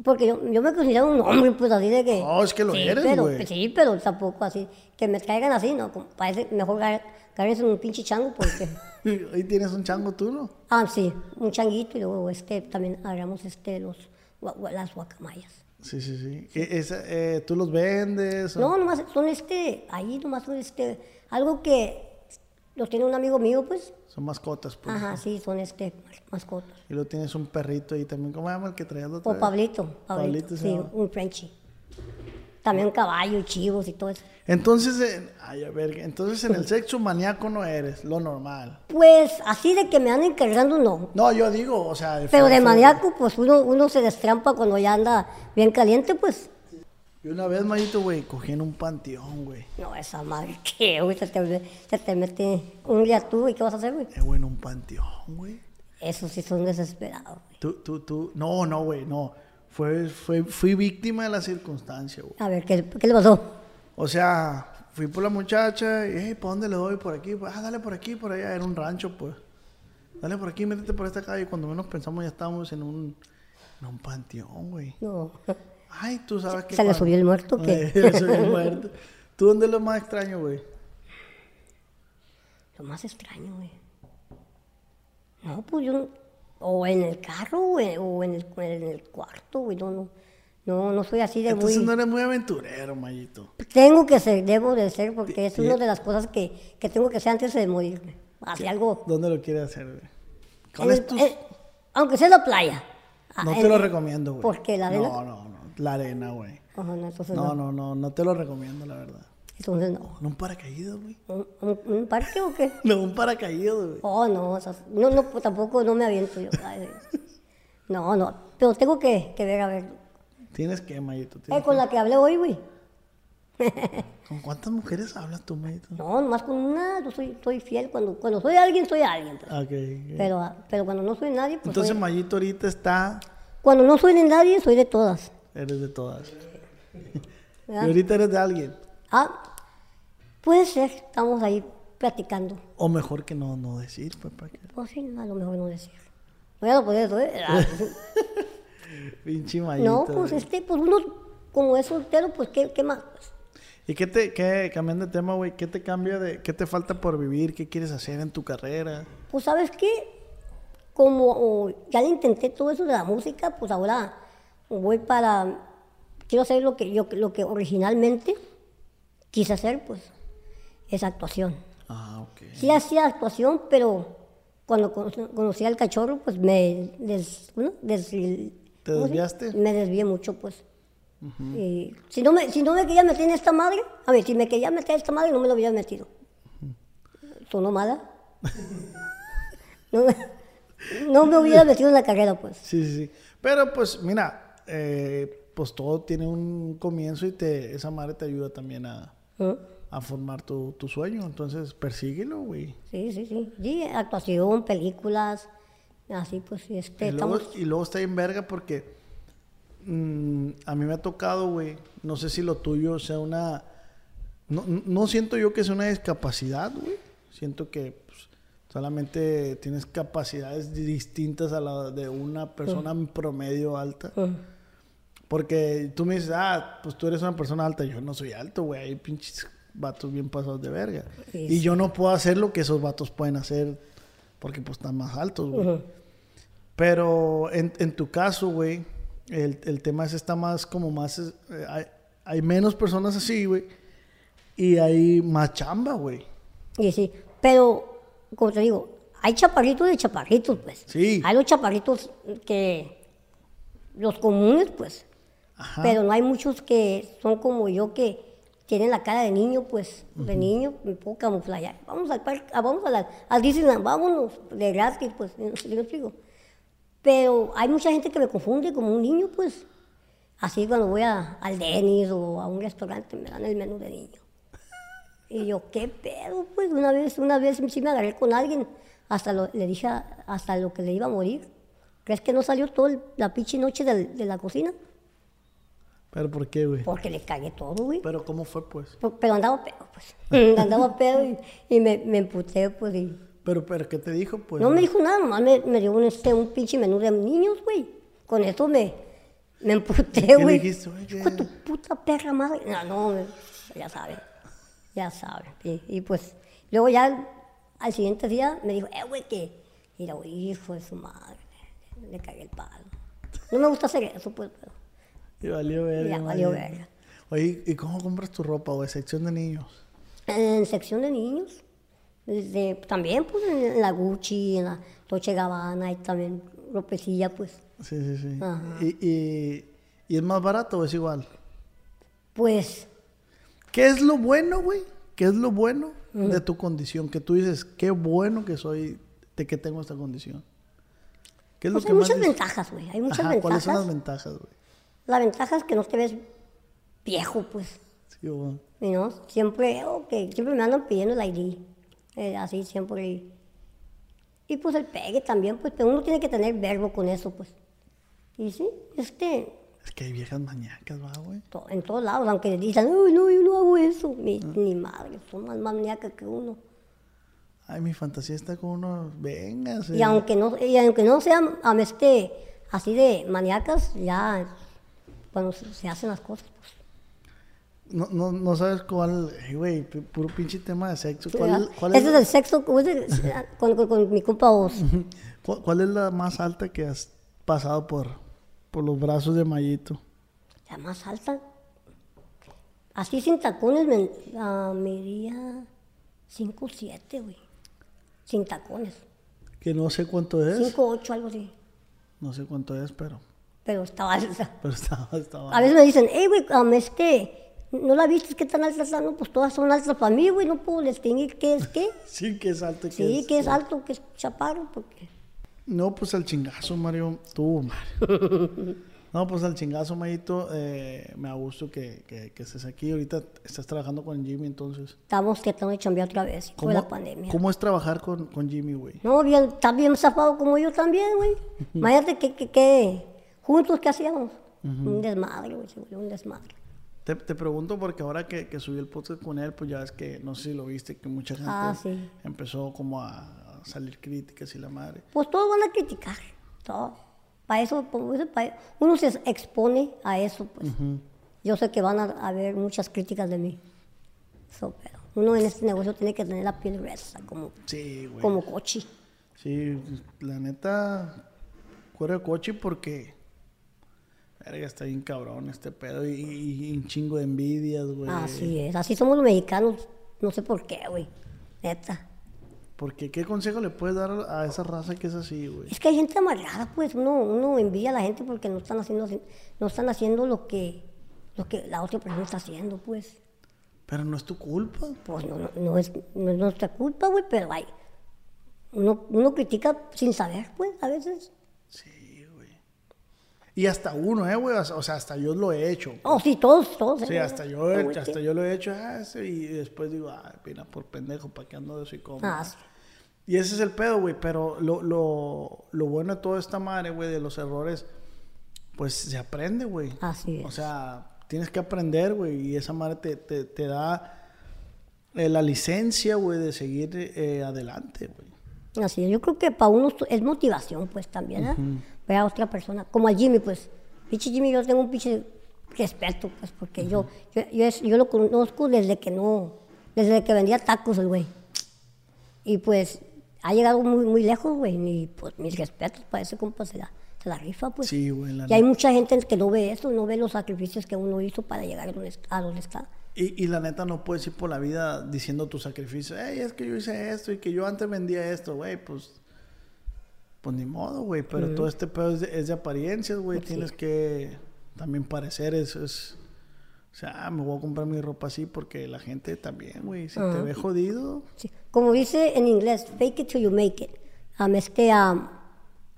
Speaker 3: Porque yo, yo me considero un hombre, pues así de que...
Speaker 2: No, es que lo
Speaker 3: sí,
Speaker 2: eres,
Speaker 3: pero-
Speaker 2: güey.
Speaker 3: Sí, pero tampoco así. Que me caigan así, no. como parece mejor caer- caerse en un pinche chango porque...
Speaker 2: Hoy tienes un chango tú, ¿no?
Speaker 3: ah, sí, un changuito y luego este también agarramos este, los, gua- gua- las guacamayas.
Speaker 2: Sí, sí, sí. E- esa, eh, ¿Tú los vendes? o-
Speaker 3: No, nomás son este, ahí nomás son este, algo que los tiene un amigo mío, pues.
Speaker 2: Son mascotas, pues. Eh,
Speaker 3: Ajá, sí, son este, mas- mascotas.
Speaker 2: Y luego tienes un perrito ahí también. ¿Cómo se llama el que traías la otra
Speaker 3: O
Speaker 2: vez?
Speaker 3: Pablito, Pablito,
Speaker 2: Pablito se
Speaker 3: sí,
Speaker 2: llama.
Speaker 3: un Frenchie. También caballo, chivos y todo eso.
Speaker 2: Entonces, en- ay, a ver, entonces en el sexo maníaco no eres, lo normal.
Speaker 3: Pues así de que me andan encargando, no.
Speaker 2: No, yo digo, o sea...
Speaker 3: Pero
Speaker 2: fue-
Speaker 3: de
Speaker 2: fue-
Speaker 3: maníaco, pues uno, uno se destrampa cuando ya anda bien caliente, pues.
Speaker 2: Y una vez, Mayito, güey, cogí en un panteón, güey.
Speaker 3: No, esa madre, ¿qué? Güey? Se, te, se te mete un día tú y ¿qué vas a hacer, güey?
Speaker 2: Eh, güey, en un panteón, güey.
Speaker 3: Eso sí son desesperados, güey.
Speaker 2: Tú, tú, tú... No, no, güey, no. Fue, fue, fui víctima de la circunstancia, güey.
Speaker 3: A ver, ¿qué, qué le pasó?
Speaker 2: O sea, fui por la muchacha y, hey, ¿para dónde le doy? Por aquí. Ah, dale por aquí, por allá. Era un rancho, pues. Dale por aquí, métete por esta calle. Y cuando menos pensamos ya estábamos en un, en un panteón, güey.
Speaker 3: No.
Speaker 2: Ay, tú sabes que...
Speaker 3: ¿Se le
Speaker 2: cuando-
Speaker 3: subió el muerto o qué?
Speaker 2: Ay, se le subió el muerto. ¿Tú dónde es lo más extraño, güey?
Speaker 3: Lo más extraño, güey. No, pues yo. no- O en el carro, güey, o en el, en el cuarto, güey. No, no, no, no soy así de
Speaker 2: Entonces
Speaker 3: muy.
Speaker 2: no eres muy aventurero, Mayito.
Speaker 3: Tengo que ser, debo de ser, porque es
Speaker 2: Ti-
Speaker 3: una de las cosas que, que tengo que hacer antes de morirme. Así algo.
Speaker 2: ¿Dónde lo quieres hacer, güey?
Speaker 3: en
Speaker 2: ¿Cuál
Speaker 3: el-
Speaker 2: es tu...?
Speaker 3: en- aunque sea en la playa. Eh, Ah,
Speaker 2: No
Speaker 3: en-
Speaker 2: te lo recomiendo, güey.
Speaker 3: ¿Por qué? ¿La arena?
Speaker 2: No, no, no. La arena, güey.
Speaker 3: Ajá, no, entonces no.
Speaker 2: No, no, no. No te lo recomiendo, la verdad.
Speaker 3: Entonces no.
Speaker 2: ¿No un paracaídas, güey?
Speaker 3: ¿Un, un- un parque o qué?
Speaker 2: No, un paracaídas, güey.
Speaker 3: Oh, no, esas- no, no, pues, tampoco no me aviento yo. Ay, No, no, pero tengo que, que ver, a ver.
Speaker 2: Tienes que, Mayito.
Speaker 3: Eh,
Speaker 2: tienes
Speaker 3: con la que hablé hoy, güey.
Speaker 2: que. ¿Con cuántas mujeres hablas tú, Mayito?
Speaker 3: No, nomás con una, yo soy, soy fiel. Cuando, cuando soy alguien, soy alguien. pues.
Speaker 2: Ah, Ok. ok.
Speaker 3: Pero, ah, pero cuando no soy nadie, pues.
Speaker 2: Entonces,
Speaker 3: soy-
Speaker 2: Mayito ahorita está...
Speaker 3: cuando no soy de nadie, soy de todas.
Speaker 2: Eres de todas. Y
Speaker 3: ¿verdad?
Speaker 2: ahorita eres de alguien.
Speaker 3: Ah, puede ser, estamos ahí platicando.
Speaker 2: O mejor que no, no decir, pues, para que...
Speaker 3: Pues sí, a lo mejor no decir. No, ya lo podía decir. ¿eh? Ah,
Speaker 2: Pinche Mayito.
Speaker 3: No, pues
Speaker 2: güey.
Speaker 3: este, pues uno, como es soltero, pues qué, qué más. Pues,
Speaker 2: ¿Y qué te, qué, cambiando de tema, güey, qué te cambia de, qué te falta por vivir, qué quieres hacer en tu carrera?
Speaker 3: Pues sabes qué, como oh, ya le intenté todo eso de la música, pues ahora voy para, quiero hacer lo que, yo, lo que originalmente quise hacer, pues, es actuación.
Speaker 2: Ah, ok.
Speaker 3: Sí hacía actuación, pero cuando cono- conocí al cachorro, pues me des, ¿no? des-
Speaker 2: ¿Te
Speaker 3: ¿cómo se-
Speaker 2: desviaste?
Speaker 3: Me desvié mucho, pues. Y si, no me, si no me quería meter en esta madre, a ver, si me quería meter en esta madre, no me lo hubiera metido. ¿Sonó mala? no, me, no me hubiera metido en la carrera, pues.
Speaker 2: Sí, sí, sí. Pero pues, mira, eh, pues todo tiene un comienzo y te, esa madre te ayuda también a,
Speaker 3: ¿Mm?
Speaker 2: a formar tu, tu sueño. Entonces, persíguelo, güey.
Speaker 3: Sí, sí, sí. Sí, actuación, películas, así pues, sí, este,
Speaker 2: Y luego,
Speaker 3: estamos...
Speaker 2: y luego está en verga porque mm, a mí me ha tocado, güey. No sé si lo tuyo sea una. No, no siento yo que sea una discapacidad, güey. Siento que pues, solamente tienes capacidades distintas a la de una persona promedio alta.
Speaker 3: Mm.
Speaker 2: Porque tú me dices, ah, pues tú eres una persona alta. Yo no soy alto, güey. Hay pinches vatos bien pasados de verga.
Speaker 3: Sí,
Speaker 2: Y
Speaker 3: sí.
Speaker 2: yo no puedo hacer lo que esos vatos pueden hacer porque pues están más altos, güey.
Speaker 3: Ujú.
Speaker 2: Pero en, en tu caso, güey, el, el tema es está más como más... es- eh, hay, hay menos personas así, güey. Y hay más chamba, güey.
Speaker 3: Y sí, pero, como te digo, hay chaparritos y chaparritos, pues.
Speaker 2: Sí.
Speaker 3: Hay los chaparritos que, los comunes, pues,
Speaker 2: Ajá.
Speaker 3: pero no hay muchos que son como yo, que tienen la cara de niño, pues, de niño, me puedo camuflar. Vamos al parque, ah, vamos a la, a Disneyland, vámonos, de gratis, pues, yo me explico. Pero hay mucha gente que me confunde como un niño, pues. Así cuando voy a- al Denis o a un restaurante me dan el menú de niño. Y yo, ¿qué pedo? Pues una vez, una vez sí me agarré con alguien, hasta lo, le dije a- hasta lo que le iba a morir. ¿Crees que no salió toda la pinche noche del- de la cocina?
Speaker 2: Pero ¿por qué, güey?
Speaker 3: Porque le cagué todo, güey.
Speaker 2: Pero ¿cómo fue, pues?
Speaker 3: Por- Pero andaba pedo, pues. andaba pedo y, y me, me emputé, pues. Y
Speaker 2: Pero, pero ¿qué te dijo, pues?
Speaker 3: no me
Speaker 2: güey?
Speaker 3: dijo nada, nomás me, me dio un, este, un pinche menú de niños, güey. Con eso me, me emputé,
Speaker 2: ¿Qué le
Speaker 3: güey.
Speaker 2: dijiste, güey?
Speaker 3: Hijo de tu puta perra madre. No, no, me- ya sabe. Ya sabe. Y, y pues, luego ya al, al siguiente día me dijo, eh, güey, que. Y luego, hijo de su madre. Le cagué el palo. No me gusta hacer eso, pues, pero.
Speaker 2: Y valió verga.
Speaker 3: Ya valió
Speaker 2: vale.
Speaker 3: verga.
Speaker 2: Oye, ¿y cómo compras tu ropa, güey? Sección de niños.
Speaker 3: En sección de niños. Desde- también, pues, en la Gucci, en la Toche Gabbana y también ropecilla, pues.
Speaker 2: Sí, sí, sí.
Speaker 3: Ajá.
Speaker 2: Y, y, ¿Y es más barato o es igual?
Speaker 3: Pues,
Speaker 2: ¿Qué es lo bueno, güey? ¿Qué es lo bueno de tu condición? Que tú dices, qué bueno que soy, de que tengo esta condición. ¿Qué es
Speaker 3: pues
Speaker 2: lo
Speaker 3: hay
Speaker 2: que más
Speaker 3: muchas
Speaker 2: dices?
Speaker 3: ventajas, güey. Hay muchas
Speaker 2: Ajá, ¿Cuáles
Speaker 3: ventajas.
Speaker 2: son las ventajas, güey?
Speaker 3: La ventaja es que no te ves viejo, pues.
Speaker 2: Sí, güey.
Speaker 3: Y no, siempre, ok, siempre me andan pidiendo el ID. eh, así siempre. Y, y, pues el pegue también, pues, pero uno tiene que tener verbo con eso, pues. Y sí, este, es que
Speaker 2: Es que hay viejas mañacas, va, güey.
Speaker 3: to- en todos lados, aunque le digan, uy, no, yo no hago eso. Mi,
Speaker 2: Mm.
Speaker 3: Ni madre, son más maníacas que uno.
Speaker 2: Ay, mi fantasía está con uno. Venga,
Speaker 3: Y aunque no, y aunque no sean am, este, así de maníacas, ya bueno, se, se hacen las cosas. Pues.
Speaker 2: no, no, no sabes cuál, eh, güey, pu- puro pinche tema de sexo. ¿Cuál,
Speaker 3: ¿Verdad?
Speaker 2: cuál
Speaker 3: Ese
Speaker 2: es,
Speaker 3: es
Speaker 2: la,
Speaker 3: el sexo que use- con, con- con mi compa Oz.
Speaker 2: cu- cuál es la más alta que has pasado por, por los brazos de Mayito?
Speaker 3: La más alta. Así sin tacones me ah, medía 5'7", güey. Sin tacones.
Speaker 2: Que no sé cuánto es.
Speaker 3: 5'8", algo así.
Speaker 2: No sé cuánto es, pero,
Speaker 3: Pero estaba alta.
Speaker 2: pero estaba, estaba.
Speaker 3: A veces me dicen, hey, güey, am, este, ¿no la viste? ¿Qué tan alta está? No, pues todas son altas para mí, güey. No puedo distinguir qué es qué.
Speaker 2: Sí, que es alto.
Speaker 3: Sí, que es alto, que es chaparro, porque...
Speaker 2: No, pues al chingazo, Mario. Tú, Mario. No, pues al chingazo, Mayito. eh, me da gusto que, que, que estés aquí. Ahorita estás trabajando con Jimmy, entonces.
Speaker 3: Estamos tratando de chambear otra vez, con la pandemia.
Speaker 2: ¿Cómo es trabajar con, con Jimmy, güey?
Speaker 3: No, bien, está bien zafado como yo también, güey. Imagínate que, que, que juntos que hacíamos. Un desmadre, güey, se volvió un desmadre.
Speaker 2: Te, te pregunto porque ahora que, que subí el podcast con él, pues ya es que, no sé si lo viste, que mucha gente
Speaker 3: Ah, sí.
Speaker 2: empezó como a salir críticas y la madre.
Speaker 3: Pues todos van a criticar, todo. Para eso, por eso, pa- uno se expone a eso, pues. Yo sé que van a haber muchas críticas de mí. So, pero uno en este negocio tiene que tener la piel gruesa, como,
Speaker 2: Sí, güey.
Speaker 3: como cochi.
Speaker 2: Sí, la neta, cuero de coche porque. Verga, está bien cabrón este pedo y, y- y un chingo de envidias, güey.
Speaker 3: Así es, así somos los mexicanos, no sé por qué, güey. Neta.
Speaker 2: Porque, ¿qué consejo le puedes dar a esa raza que es así, güey?
Speaker 3: Es que hay gente amargada, pues uno, uno envidia a la gente porque no están haciendo, no están haciendo lo que, lo que la otra persona está haciendo, pues.
Speaker 2: Pero no es tu culpa.
Speaker 3: Pues no, no, no es, no es nuestra culpa, güey, pero hay. Uno, uno critica sin saber, pues, a veces.
Speaker 2: Sí, güey. Y hasta uno, ¿eh, güey? O sea, hasta yo lo he hecho.
Speaker 3: Oh, sí, todos, todos.
Speaker 2: Sí,
Speaker 3: ¿eh?
Speaker 2: hasta yo,
Speaker 3: Todo el
Speaker 2: hasta
Speaker 3: tiempo.
Speaker 2: yo lo he hecho. ah, sí, y después digo, ah, mira, por pendejo, ¿para qué ando de psicólogo?
Speaker 3: Ah, sí.
Speaker 2: Y ese es el pedo, güey. Pero lo, lo, lo bueno de toda esta madre, güey, de los errores, pues se aprende, güey.
Speaker 3: Así es.
Speaker 2: O sea, tienes que aprender, güey. Y esa madre te, te, te da eh, la licencia, güey, de seguir eh, adelante, güey.
Speaker 3: Así es, yo creo que para uno es motivación, pues también, ¿eh? Ver a otra persona, como al Jimmy, pues. Pinche Jimmy, yo tengo un pinche respeto, pues, porque yo, yo, yo es- yo lo conozco desde que no, desde que vendía tacos el güey. Y pues ha llegado muy, muy lejos, güey, y pues mis respetos para ese compa se la, se la rifa, pues.
Speaker 2: Sí, güey, la
Speaker 3: y hay
Speaker 2: neta.
Speaker 3: mucha gente que no ve eso, no ve los sacrificios que uno hizo para llegar a donde, es- a donde está.
Speaker 2: Y, y la neta no puedes ir por la vida diciendo tu sacrificio. Ey, es que yo hice esto y que yo antes vendía esto, güey. Pues, pues ni modo, güey. Pero todo este pedo es de, es de apariencias, güey.
Speaker 3: Así
Speaker 2: Tienes
Speaker 3: es.
Speaker 2: que también parecer. Es, es- o sea, ah, me voy a comprar mi ropa así porque la gente también, güey. Si te
Speaker 3: Ajá.
Speaker 2: ve jodido,
Speaker 3: Sí. Como dice en inglés, fake it till you make it. Um, es que, um,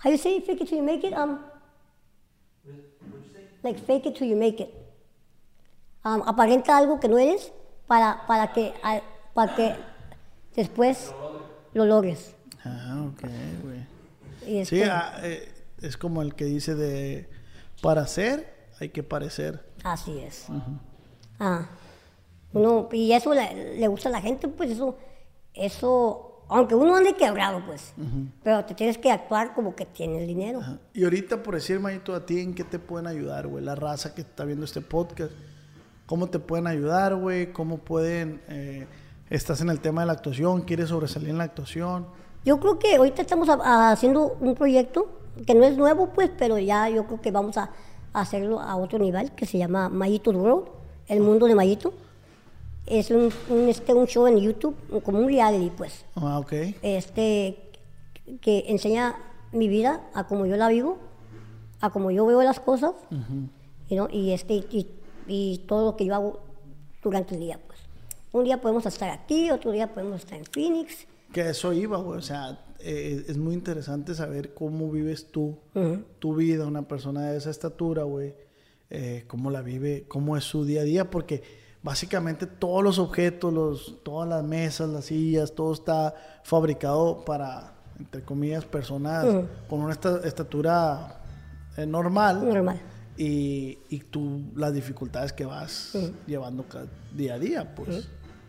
Speaker 3: how you say fake it till you make it? Um, like fake it till you make it. Um, aparenta algo que no eres para, para, que, al- para que después lo logres.
Speaker 2: ah, ok, güey.
Speaker 3: Y
Speaker 2: Sí,
Speaker 3: este-
Speaker 2: ah, eh, es como el que dice de para ser hay que parecer.
Speaker 3: Así es. Ah, uno, y eso le, le gusta a la gente, pues eso, eso, aunque uno ande quebrado, pues, pero te tienes que actuar como que tienes dinero.
Speaker 2: Ajá. Y ahorita, por decir, manito, a ti, ¿en qué te pueden ayudar, güey? La raza que está viendo este podcast, ¿cómo te pueden ayudar, güey? ¿Cómo pueden... eh, estás en el tema de la actuación, quieres sobresalir en la actuación?
Speaker 3: Yo creo que ahorita estamos ha- ha- haciendo un proyecto que no es nuevo, pues, pero ya yo creo que vamos a, a hacerlo a otro nivel, que se llama Mayito's World, el mundo de Mayito. Es un, un, este, un show en YouTube, como un reality, pues,
Speaker 2: Ah, ok.
Speaker 3: este, que enseña mi vida a como yo la vivo, a como yo veo las cosas, you know, y, este, y, y todo lo que yo hago durante el día, pues. Un día podemos estar aquí, otro día podemos estar en Phoenix,
Speaker 2: Que eso iba, güey. O sea, eh, es muy interesante saber cómo vives tú, tu vida, una persona de esa estatura, güey. eh, cómo la vive, cómo es su día a día, porque básicamente todos los objetos, los, todas las mesas, las sillas, todo está fabricado para, entre comillas, personas con una esta- estatura eh, normal.
Speaker 3: normal.
Speaker 2: Y, y tú las dificultades que vas llevando ca- día a día, pues.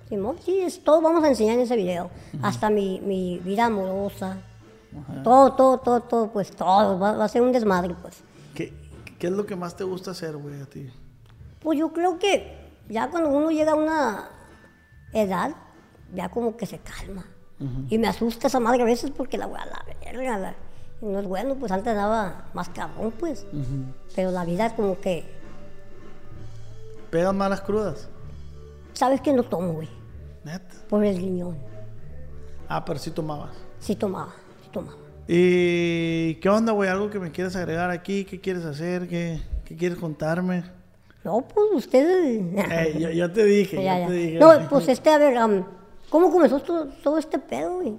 Speaker 3: Simón, sí, es todo vamos a enseñar en ese video. Hasta mi, mi vida amorosa.
Speaker 2: Ah.
Speaker 3: Todo, todo, todo, todo, pues todo. Va, va a ser un desmadre, pues.
Speaker 2: ¿Qué, ¿Qué es lo que más te gusta hacer, güey, a ti?
Speaker 3: Pues yo creo que ya cuando uno llega a una edad, ya como que se calma. Y me asusta esa madre a veces porque la voy a la verga. la- y no es bueno, pues antes daba más cabrón, pues. Pero la vida como que,
Speaker 2: ¿Pegas malas crudas?
Speaker 3: ¿sabes que No tomo, güey,
Speaker 2: Neta.
Speaker 3: por el riñón.
Speaker 2: Ah, pero sí tomabas.
Speaker 3: Sí tomaba, sí tomaba.
Speaker 2: ¿Y qué onda, güey? ¿Algo que me quieres agregar aquí? ¿Qué quieres hacer? ¿Qué, qué quieres contarme?
Speaker 3: No, pues ustedes...
Speaker 2: Eh, yo, yo te dije,
Speaker 3: Ya,
Speaker 2: yo
Speaker 3: ya.
Speaker 2: te dije.
Speaker 3: No, pues este, a ver, am, ¿cómo comenzó todo, todo este pedo, güey?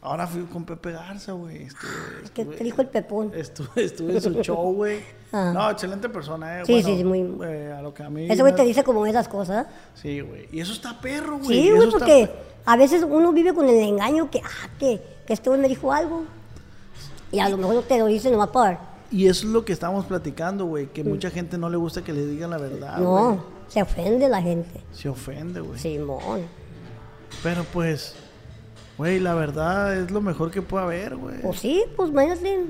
Speaker 2: Ahora fui con Pepe Garza, güey. Este, Estuve,
Speaker 3: ¿Qué te dijo el pepón?
Speaker 2: estuve, estuve en su show, güey.
Speaker 3: Ajá.
Speaker 2: No, excelente persona, eh.
Speaker 3: Sí,
Speaker 2: Bueno,
Speaker 3: sí, sí, muy-
Speaker 2: eh, a lo que a mí...
Speaker 3: Ese güey te
Speaker 2: me-
Speaker 3: dice como esas cosas.
Speaker 2: Sí, güey. Y eso está perro, güey.
Speaker 3: Sí,
Speaker 2: eso
Speaker 3: güey,
Speaker 2: está
Speaker 3: porque a veces uno vive con el engaño que, ah, que, que este güey me dijo algo. Y a lo mejor te lo dice nomás para...
Speaker 2: Y eso es lo que estábamos platicando, güey. Que mucha gente no le gusta que le digan la verdad,
Speaker 3: no,
Speaker 2: güey.
Speaker 3: se ofende la gente.
Speaker 2: Se ofende, güey.
Speaker 3: Simón.
Speaker 2: Pero pues, güey, la verdad es lo mejor que puede haber, güey.
Speaker 3: Pues sí, pues imagínate.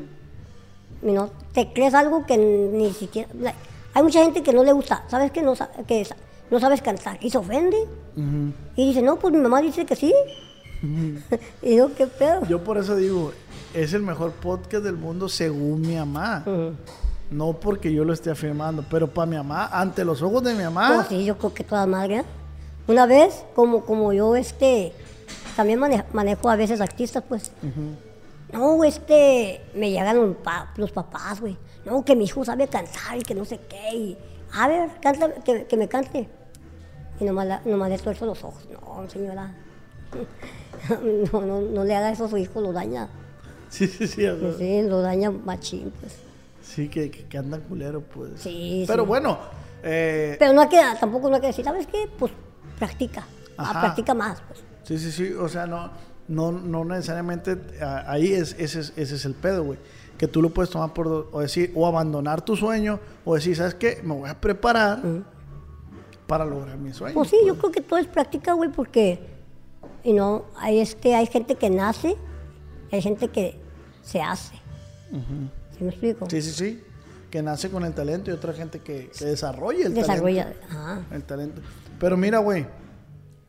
Speaker 3: y No, te crees algo que ni siquiera... la- hay mucha gente que no le gusta, ¿sabes que no, sa- que sa- no sabes cantar? Y se ofende.
Speaker 2: Ujú.
Speaker 3: Y dice, no, pues mi mamá dice que sí. y yo, ¿qué pedo?
Speaker 2: Yo por eso digo, es el mejor podcast del mundo según mi mamá.
Speaker 3: Ujú.
Speaker 2: No porque yo lo esté afirmando, pero para mi mamá, ante los ojos de mi
Speaker 3: Oh,
Speaker 2: mamá,
Speaker 3: sí, yo creo que toda madre. ¿eh? Una vez, como, como yo, este, también mane- manejo a veces artistas, pues. No, este, me llegan un pa- los papás, güey. No, que mi hijo sabe cantar y que no sé qué. y, a ver, cántame, que, que me cante. Y nomás, la- nomás le tuerzo los ojos. No, señora. no, no, no le haga eso a su hijo, lo daña.
Speaker 2: sí, sí, sí, o sea,
Speaker 3: Sí, lo daña machín, pues.
Speaker 2: Sí, que, que, que andan culero, pues.
Speaker 3: Sí,
Speaker 2: Pero
Speaker 3: sí.
Speaker 2: bueno, eh,
Speaker 3: Pero no hay que, tampoco no hay que decir, ¿sabes qué? Pues practica, Ah,
Speaker 2: Ajá.
Speaker 3: practica más. Pues.
Speaker 2: Sí, sí, sí. O sea, no, no, no necesariamente a- ahí es, ese, es, ese es el pedo, güey. Que tú lo puedes tomar por do- o decir, o abandonar tu sueño, o decir, ¿sabes qué? Me voy a preparar para lograr mi sueño.
Speaker 3: Pues sí, yo creo que todo es práctica, güey, porque y no, hay, este, hay gente que nace, y hay gente que se hace. ¿Sí me explico?
Speaker 2: Sí, sí, sí. Que nace con el talento y otra gente que, que desarrolla el
Speaker 3: Desarrolla.
Speaker 2: talento.
Speaker 3: ajá.
Speaker 2: El talento. Pero mira, güey,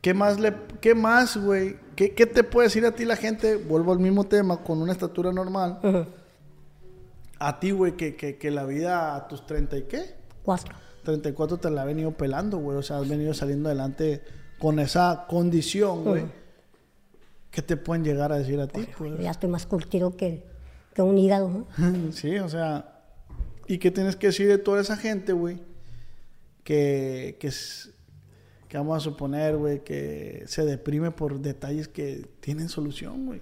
Speaker 2: ¿qué más, le, qué más, güey? ¿Qué, ¿Qué te puede decir a ti la gente? Vuelvo al mismo tema, con una estatura normal.
Speaker 3: Ujú.
Speaker 2: A ti, güey, que, que, que la vida a tus 30 y qué?
Speaker 3: Cuatro.
Speaker 2: 34 te la ha venido pelando, güey. O sea, has venido saliendo adelante con esa condición, güey.
Speaker 3: Ujú.
Speaker 2: ¿Qué te pueden llegar a decir a ti?
Speaker 3: Yo
Speaker 2: pues?
Speaker 3: Ya estoy más curtido que, que un hígado. ¿no?
Speaker 2: sí, o sea. ¿Y qué tienes que decir de toda esa gente, güey? Que, que, s- que vamos a suponer, güey, que se deprime por detalles que tienen solución, güey.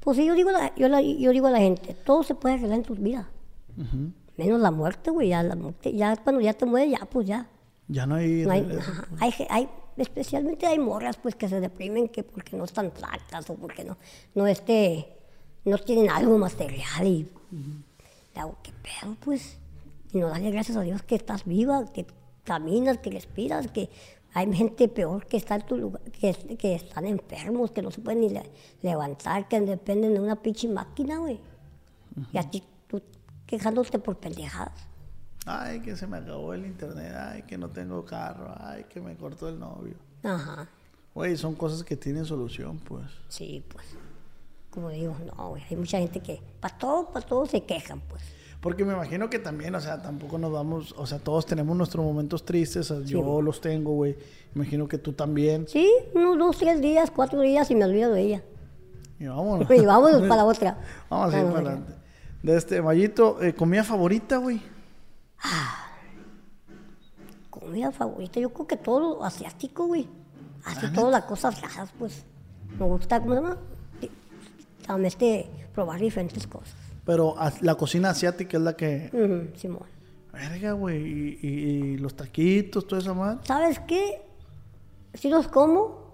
Speaker 3: Pues sí, yo digo, la- yo, la- yo digo a la gente, todo se puede arreglar en tu vida.
Speaker 2: Ujú.
Speaker 3: Menos la muerte, güey. Ya, la muerte, ya cuando ya te mueres, ya, pues ya.
Speaker 2: Ya no hay.
Speaker 3: No hay,
Speaker 2: regreso.
Speaker 3: ajá. Hay ge- hay- especialmente hay morras pues que se deprimen que porque no están flacas o porque no, no este, no tienen algo material y le hago, qué pedo pues. Y no darle gracias a Dios que estás viva, que caminas, que respiras, que hay gente peor que está en tu lugar, que, que están enfermos, que no se pueden ni le- levantar, que dependen de una pinche máquina, güey. Y a ti tú quejándote por pendejadas.
Speaker 2: Ay, que se me acabó el internet. Ay, que no tengo carro. Ay, que me cortó el novio.
Speaker 3: Ajá.
Speaker 2: Güey, son cosas que tienen solución, pues.
Speaker 3: Sí, pues. Como digo, no, güey. Hay mucha gente que para todo, para todo se quejan, pues.
Speaker 2: Porque me imagino que también, o sea, tampoco nos vamos, o sea, todos tenemos nuestros momentos tristes, o sea, yo los tengo, güey. Imagino que tú también.
Speaker 3: Sí, unos dos, tres días, cuatro días y me olvido de ella.
Speaker 2: Y vámonos.
Speaker 3: Y vámonos para la otra. Ah,
Speaker 2: Vamos a ir
Speaker 3: Vámonos.
Speaker 2: para adelante. De este, Mayito, eh, comida favorita, güey.
Speaker 3: Comida favorita, yo creo que todo lo asiático, güey. Así todas las cosas raras, pues. Me gusta, ¿cómo se llama? Sí, También este, probar diferentes cosas.
Speaker 2: Pero as- la cocina asiática es la que.
Speaker 3: Ujú, Simón.
Speaker 2: Verga, güey. Y, y- y los taquitos, toda esa madre.
Speaker 3: ¿Sabes qué? Sí los como,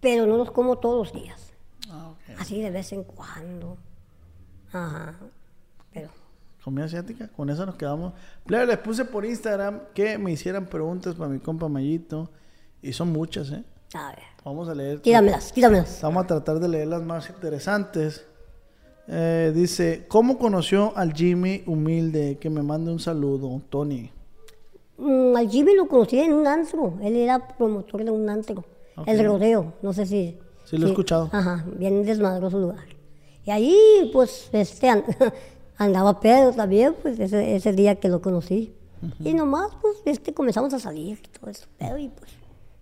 Speaker 3: pero no los como todos los días.
Speaker 2: Ah, ok.
Speaker 3: Así de vez en cuando. Ajá. Pero
Speaker 2: Comida asiática, con eso nos quedamos. Plebe, les puse por Instagram que me hicieran preguntas para mi compa Mayito. Y son muchas, ¿eh?
Speaker 3: A ver,
Speaker 2: Vamos a leer.
Speaker 3: tíramelas, tíramelas.
Speaker 2: Vamos a tratar de leer las más interesantes. Eh, dice, ¿cómo conoció al Jimmy humilde? Que me mande un saludo, Tony.
Speaker 3: Mm, al Jimmy lo conocí en un antro. Él era promotor de un antro.
Speaker 2: Ok.
Speaker 3: El rodeo, no sé si.
Speaker 2: Sí, lo he escuchado.
Speaker 3: Ajá, bien desmadroso lugar. Y ahí, pues, este an- andaba pedo también, pues, ese, ese día que lo conocí. Y nomás, pues, este, comenzamos a salir y todo eso, pedo, y pues,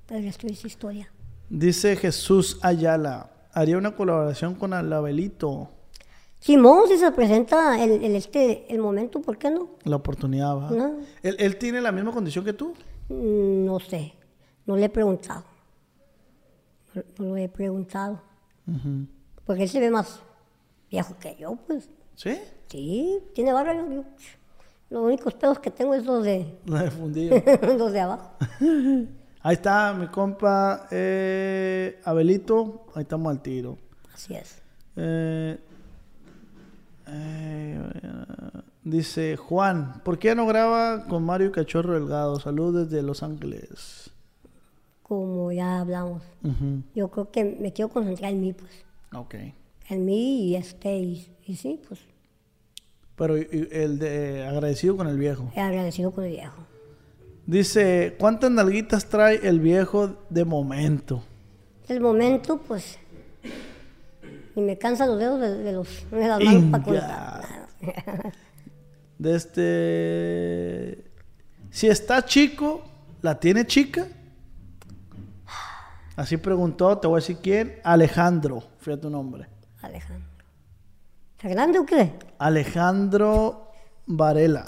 Speaker 3: pero ya estoy esa historia.
Speaker 2: Dice Jesús Ayala, haría una colaboración con Alabelito.
Speaker 3: Simón, si se presenta el, el este, el momento, ¿por qué no?
Speaker 2: La oportunidad, ¿va?
Speaker 3: No.
Speaker 2: ¿Él, él tiene la misma condición que tú?
Speaker 3: Mm, No sé, no le he preguntado. No, no lo he preguntado.
Speaker 2: Ujú.
Speaker 3: Porque él se ve más viejo que yo, pues.
Speaker 2: ¿Sí?
Speaker 3: Sí, tiene barba. yo- yo- los únicos pedos que tengo es los de,
Speaker 2: La he fundido.
Speaker 3: los de abajo.
Speaker 2: Ahí está mi compa eh, Abelito. Ahí estamos al tiro.
Speaker 3: Así es.
Speaker 2: Eh, eh, dice Juan, ¿por qué no graba con Mario Cachorro Delgado? Salud desde Los Ángeles.
Speaker 3: Como ya hablamos.
Speaker 2: Ujú,
Speaker 3: Yo creo que me quiero concentrar en mí, pues.
Speaker 2: Ok.
Speaker 3: En mí y este, y, y sí, pues.
Speaker 2: Pero y- y el de agradecido con el viejo.
Speaker 3: He agradecido con el viejo.
Speaker 2: Dice, ¿cuántas nalguitas trae el viejo de momento?
Speaker 3: El momento, pues. Y me cansan los dedos de, de los, de las manos
Speaker 2: Inga.
Speaker 3: para contar.
Speaker 2: De este... Si está chico, ¿la tiene chica? Así preguntó, te voy a decir quién. Alejandro, fíjate tu nombre.
Speaker 3: Alejandro. ¿Fernando qué?
Speaker 2: Alejandro Varela.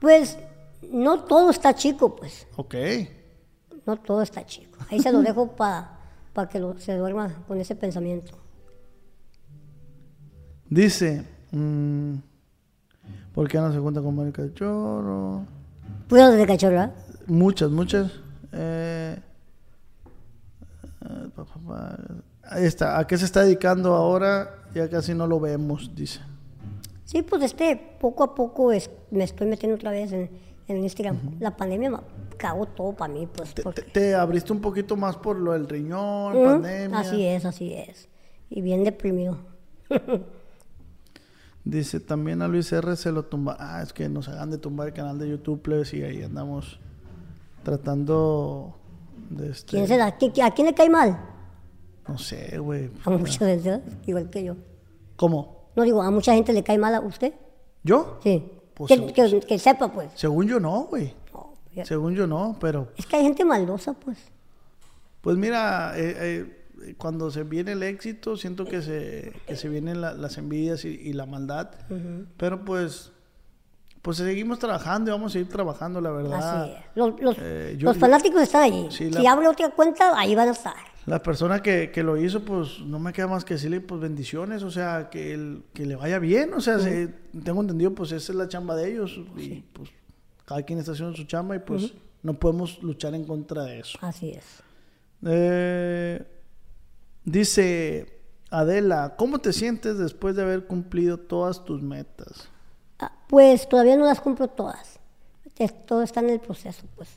Speaker 3: Pues no todo está chico, pues.
Speaker 2: Ok.
Speaker 3: No todo está chico. Ahí se lo dejo para que lo- se duerma con ese pensamiento.
Speaker 2: Dice, mm, ¿Por qué no se junta con Mario Cachorro?
Speaker 3: Puras de cachorro, ¿verdad?
Speaker 2: Muchas, muchas. Eh, eh, pa, pa, pa. Ahí está. ¿A qué se está dedicando ahora? Ya casi no lo vemos, dice.
Speaker 3: Sí, pues este, poco a poco es- me estoy metiendo otra vez en, en el Instagram. La pandemia me cagó todo para mí, pues.
Speaker 2: Te,
Speaker 3: porque-
Speaker 2: te- te abriste un poquito más por lo del riñón,
Speaker 3: ¿Mm?
Speaker 2: pandemia.
Speaker 3: Así es, así es. Y bien deprimido.
Speaker 2: Dice también a Luis R. se lo tumba. Ah, es que nos hagan de tumbar el canal de YouTube, plebes, y ahí andamos tratando de este.
Speaker 3: ¿Quién será? ¿Qui- qui- ¿A quién le cae mal?
Speaker 2: No sé, güey.
Speaker 3: A mucha gente, ¿verdad? igual que yo.
Speaker 2: ¿Cómo?
Speaker 3: No digo, a mucha gente le cae mal a usted.
Speaker 2: ¿Yo?
Speaker 3: Sí.
Speaker 2: Pues
Speaker 3: que,
Speaker 2: sí.
Speaker 3: que- que sepa, pues.
Speaker 2: Según yo no, güey.
Speaker 3: No, ya-
Speaker 2: Según yo no, pero
Speaker 3: es que hay gente maldosa, pues.
Speaker 2: Pues mira, eh, eh, cuando se viene el éxito, siento que se, que se vienen la- las envidias y, y la maldad. Pero pues, pues seguimos trabajando y vamos a seguir trabajando, la verdad.
Speaker 3: Así es. Los, los-
Speaker 2: eh, yo-
Speaker 3: los
Speaker 2: yo-
Speaker 3: fanáticos están allí.
Speaker 2: Sí,
Speaker 3: Si
Speaker 2: la-
Speaker 3: abre otra cuenta, ahí van a estar.
Speaker 2: La persona que, que lo hizo, pues no me queda más que decirle, pues bendiciones, o sea, que, el- que le vaya bien, o sea, se- tengo entendido, pues esa es la chamba de ellos y pues cada quien está haciendo su chamba y pues no podemos luchar en contra de eso.
Speaker 3: Así es.
Speaker 2: Eh, dice Adela, ¿cómo te sientes después de haber cumplido todas tus metas?
Speaker 3: Ah, Pues todavía no las compro todas. Es- Todo está en el proceso, pues.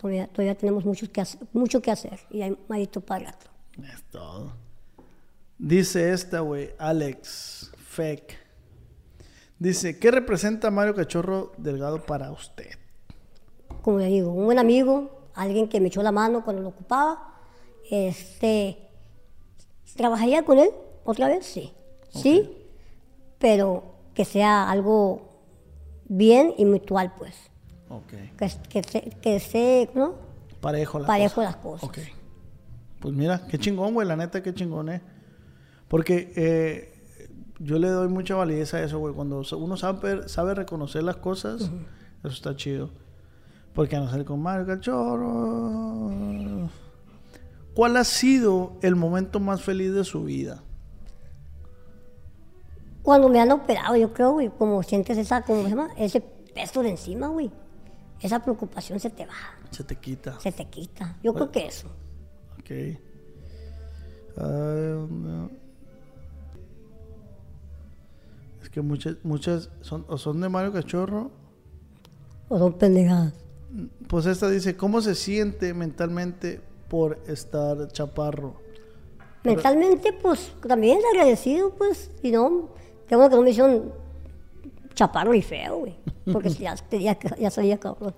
Speaker 3: Todavía, todavía tenemos mucho que, hacer, mucho que hacer y hay maldito para rato.
Speaker 2: Es todo. Dice esta, güey, Alex Feck. Dice, ¿qué representa Mario Cachorro Delgado para usted?
Speaker 3: Como le digo, un buen amigo, alguien que me echó la mano cuando lo ocupaba. Este, ¿Trabajaría con él otra vez? Sí. Sí, pero que sea algo bien y mutual, pues.
Speaker 2: Ok.
Speaker 3: Que, que, se, que se, ¿no?
Speaker 2: Parejo la
Speaker 3: Parejo
Speaker 2: cosa.
Speaker 3: las cosas.
Speaker 2: Ok. Pues mira, qué chingón, güey, la neta, qué chingón, eh. Porque eh, yo le doy mucha validez a eso, güey. Cuando so- uno sabe, sabe reconocer las cosas, eso está chido. Porque a no ser con Mario Cachorro. ¿Cuál ha sido el momento más feliz de su vida?
Speaker 3: Cuando me han operado, yo creo, güey, como sientes esa, ¿cómo se llama? Ese peso de encima, güey. Esa preocupación se te baja,
Speaker 2: Se te quita.
Speaker 3: se te quita. Yo creo que eso.
Speaker 2: Ok. Ah, no. Es que muchas, muchas son, o son de Mario Cachorro
Speaker 3: O son pendejadas.
Speaker 2: Pues esta dice, ¿cómo se siente mentalmente por estar chaparro?
Speaker 3: Mentalmente, pues, también agradecido, pues. Y no, qué bueno que no me hicieron chaparro y feo, güey. Porque ya, ya, ya salía cabrón.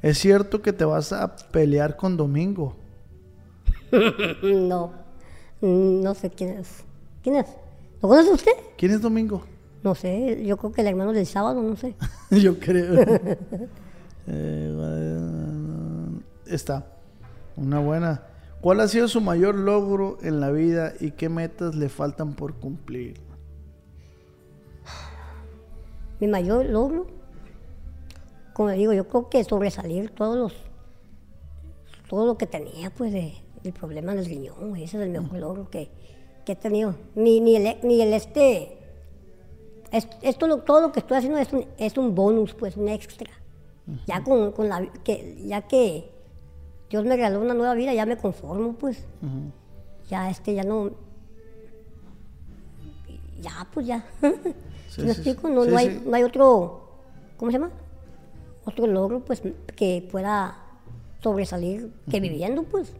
Speaker 2: ¿Es cierto que te vas a pelear con Domingo?
Speaker 3: No, no sé quién es. ¿Quién es? ¿Lo conoce usted?
Speaker 2: ¿Quién es Domingo?
Speaker 3: No sé, yo creo que el hermano del sábado, no sé.
Speaker 2: Yo creo. Eh, bueno, está. Una buena. ¿Cuál ha sido su mayor logro en la vida y qué metas le faltan por cumplir?
Speaker 3: Mi mayor logro, como le digo, yo creo que sobresalir todos los, todo lo que tenía, pues, de, del problema del riñón, güey. Ese es el mejor logro que, que he tenido. Ni, ni, el, ni el este, es- esto, lo- todo lo que estoy haciendo es un, es un bonus, pues, un extra. Ya con, con la, vi- que, ya que Dios me regaló una nueva vida, ya me conformo, pues.
Speaker 2: Ujú.
Speaker 3: Ya este, ya no, ya, pues, ya.
Speaker 2: Sí,
Speaker 3: ¿Sí me
Speaker 2: sí,
Speaker 3: explico?
Speaker 2: sí.
Speaker 3: No,
Speaker 2: Sí,
Speaker 3: no,
Speaker 2: sí.
Speaker 3: hay, no hay otro, ¿cómo se llama? Otro logro, pues, que pueda sobresalir que viviendo, pues.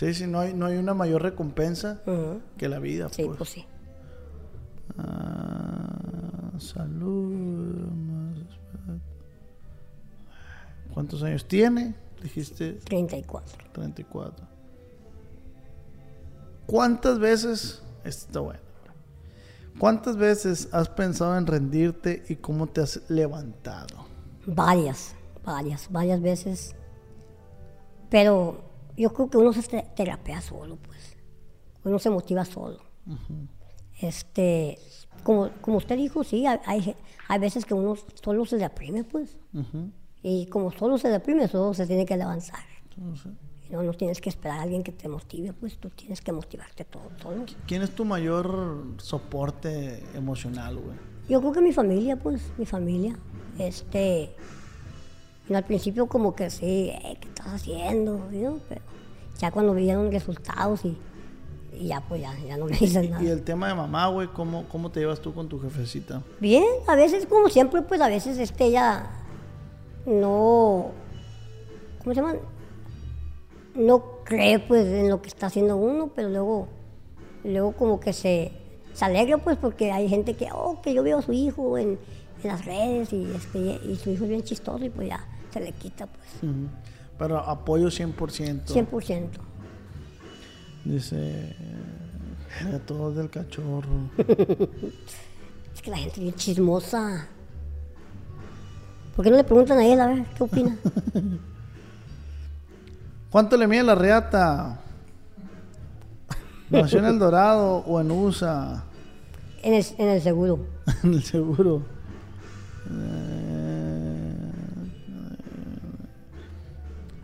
Speaker 2: Sí, sí, no hay, no hay una mayor recompensa
Speaker 3: Ujú.
Speaker 2: que la vida.
Speaker 3: Sí,
Speaker 2: pues.
Speaker 3: pues sí.
Speaker 2: Ah, salud. más- ah, ¿Cuántos años tiene? Dijiste
Speaker 3: 34.
Speaker 2: 34. ¿Cuántas veces? Esto está bueno. ¿Cuántas veces has pensado en rendirte y cómo te has levantado?
Speaker 3: Varias, varias, varias veces. Pero yo creo que uno se te- terapea solo, pues. Uno se motiva solo. Este, como, como usted dijo, sí, hay- hay, hay veces que uno solo se deprime, pues.
Speaker 2: Ujú.
Speaker 3: Y como solo se deprime, solo se tiene que levantar.
Speaker 2: Entonces,
Speaker 3: No, no tienes que esperar a alguien que te motive, pues tú tienes que motivarte todo, todo.
Speaker 2: ¿Quién es tu mayor soporte emocional, güey?
Speaker 3: Yo creo que mi familia, pues, mi familia. Este. Al principio, como que sí, "Eh, ¿qué estás haciendo? ¿Sí, no? Pero ya cuando vieron resultados y, y ya, pues, ya, ya no me dicen nada.
Speaker 2: Y el tema de mamá, güey, ¿cómo, ¿cómo te llevas tú con tu jefecita?
Speaker 3: Bien, a veces, como siempre, pues a veces este ella no. ¿Cómo se llama? No cree pues en lo que está haciendo uno, pero luego, luego como que se, se alegra pues porque hay gente que, oh, que yo veo a su hijo en, en las redes y, este, y su hijo es bien chistoso y pues ya se le quita pues.
Speaker 2: Ujú. Pero apoyo 100%.
Speaker 3: 100%.
Speaker 2: Dice, era todo del cachorro.
Speaker 3: Es que la gente es bien chismosa. ¿Por qué no le preguntan a él a ver qué opina?
Speaker 2: ¿Cuánto le mide la reata? ¿Nació en El Dorado o en USA?
Speaker 3: en, el, en el seguro.
Speaker 2: En el seguro.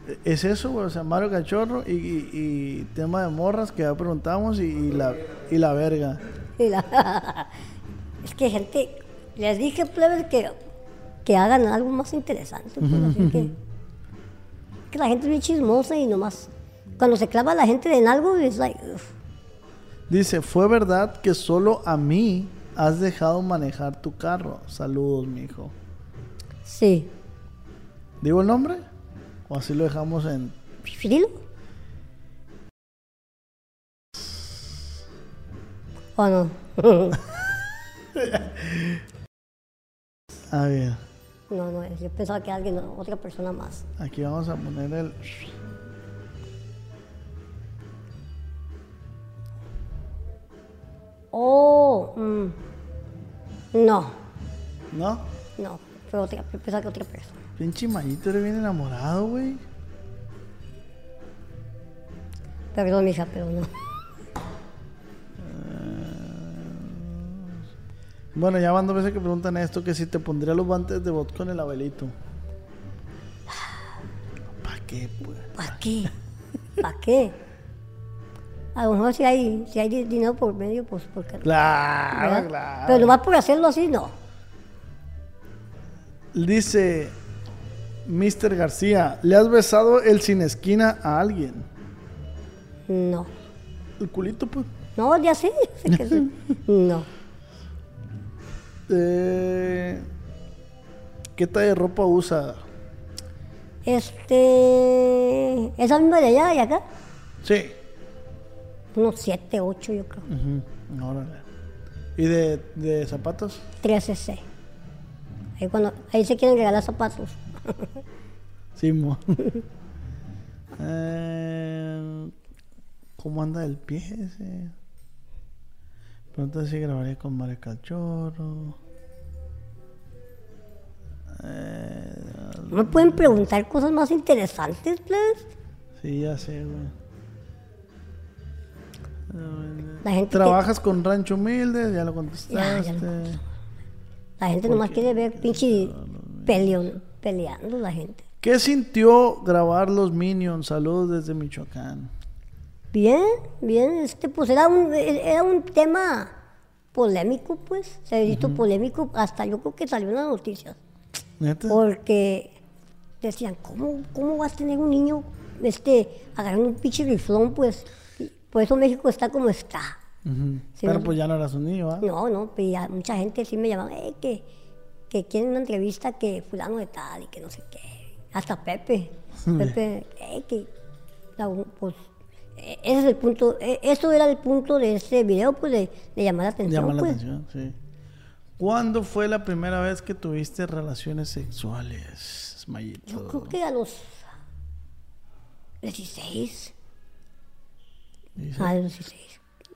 Speaker 2: Eh, Es eso, güey, o sea, Mario Cachorro y, y- y tema de morras que ya preguntamos y, y la, y la verga.
Speaker 3: Y la- es que gente, les dije plebes que, que hagan algo más interesante. pues, así que, que la gente es bien chismosa y nomás. Cuando se clava la gente en algo, es like, uf,
Speaker 2: Dice, ¿fue verdad que solo a mí has dejado manejar tu carro? Saludos, mijo.
Speaker 3: sí.
Speaker 2: ¿Digo el nombre? ¿O así lo dejamos en
Speaker 3: ¿Dilo? ¿O no?
Speaker 2: A ver,
Speaker 3: No, no, es- yo pensaba que alguien, otra persona más.
Speaker 2: aquí vamos a poner el.
Speaker 3: Oh, mm, no,
Speaker 2: ¿No?
Speaker 3: no, fue otra, yo pensaba que otra persona.
Speaker 2: Pinche Mayito eres bien enamorado, güey.
Speaker 3: Perdón, mija, pero no.
Speaker 2: Bueno, ya van dos veces que preguntan esto: que si te pondría los guantes de bot con el abuelito. ¿Para qué, pues?
Speaker 3: ¿Para qué? ¿Para qué? A lo mejor si hay, si hay di- dinero por medio, pues porque no.
Speaker 2: Claro,
Speaker 3: ¿verdad?
Speaker 2: claro.
Speaker 3: Pero nomás por hacerlo así, no.
Speaker 2: Dice Mr. García: ¿le has besado el sin esquina a alguien?
Speaker 3: No.
Speaker 2: El culito, pues.
Speaker 3: No, ya sé. sé que sí. No.
Speaker 2: Eh, ¿Qué talla de ropa usa?
Speaker 3: Este. Esa misma de allá y acá.
Speaker 2: Sí.
Speaker 3: Unos 7, 8, yo creo.
Speaker 2: Ujú, Órale. ¿Y de, de zapatos?
Speaker 3: 13C. Ahí, cuando, ahí se quieren regalar zapatos.
Speaker 2: Simón. Eh, ¿Cómo anda el pie ese? Pronto si grabaré con Mario Cachorro. Eh,
Speaker 3: ¿No me pueden preguntar cosas más interesantes, pues. please?
Speaker 2: sí, ya sé, güey.
Speaker 3: La gente, que-
Speaker 2: ¿Trabajas con Rancho Humilde? Ya lo
Speaker 3: Ya, ya
Speaker 2: contestaste.
Speaker 3: lo la gente nomás quiere ver pinche peleón, peleando la gente.
Speaker 2: ¿Qué sintió grabar los Minions? Saludos desde Michoacán.
Speaker 3: Bien, bien, este, pues era un, e- era un tema polémico, pues, se hizo polémico, hasta yo creo que salió en las noticias,
Speaker 2: ¿Neta?
Speaker 3: porque decían, ¿cómo, cómo vas a tener un niño este, agarrando un pinche riflón, pues? Y Por eso México está como está.
Speaker 2: Ujú.
Speaker 3: Sí,
Speaker 2: Pero
Speaker 3: me-
Speaker 2: pues ya no eras un niño, ¿ah?
Speaker 3: No, no, pues ya mucha gente sí me llamaba, eh, que, que quieren una entrevista que fulano de tal y que no sé qué. Hasta Pepe. Pepe, eh, que la- pues, eh, ese es el punto, eh, eso era el punto de ese video, pues, de, de llamar la atención.
Speaker 2: Llama la
Speaker 3: pues.
Speaker 2: atención, sí. ¿Cuándo fue la primera vez que tuviste relaciones sexuales,
Speaker 3: Yo
Speaker 2: Mayito?
Speaker 3: creo que a los 16.
Speaker 2: Dice,
Speaker 3: A Ah, los 16.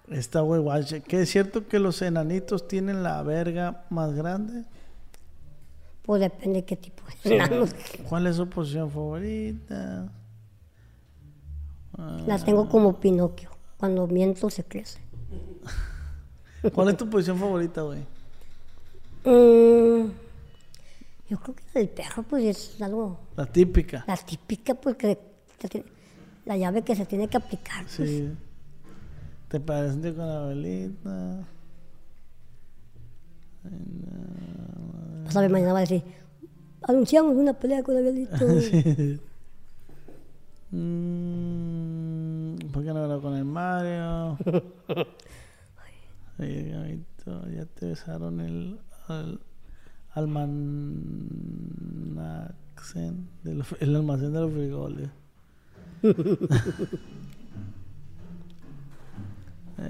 Speaker 2: Esta güey guache, ¿Que es cierto que los enanitos tienen la verga más grande?
Speaker 3: Pues depende de qué tipo de enanos.
Speaker 2: ¿Cuál es su posición favorita?
Speaker 3: Las tengo como Pinocchio. Cuando miento se crece.
Speaker 2: ¿Cuál es tu posición favorita, güey?
Speaker 3: Mm, yo creo que el perro, pues, es algo.
Speaker 2: La típica.
Speaker 3: La típica, pues, que te tiene- la llave que se tiene que aplicar. pues.
Speaker 2: Sí. Te pareces con la abuelita. Ay, no.
Speaker 3: pasado mañana va a decir, anunciamos una pelea con Abelito.
Speaker 2: Mm, ¿Por qué no hablo con el Mario? Ay, Gabito, ya te besaron el al, almanaxen de los- el almacén de los frijoles.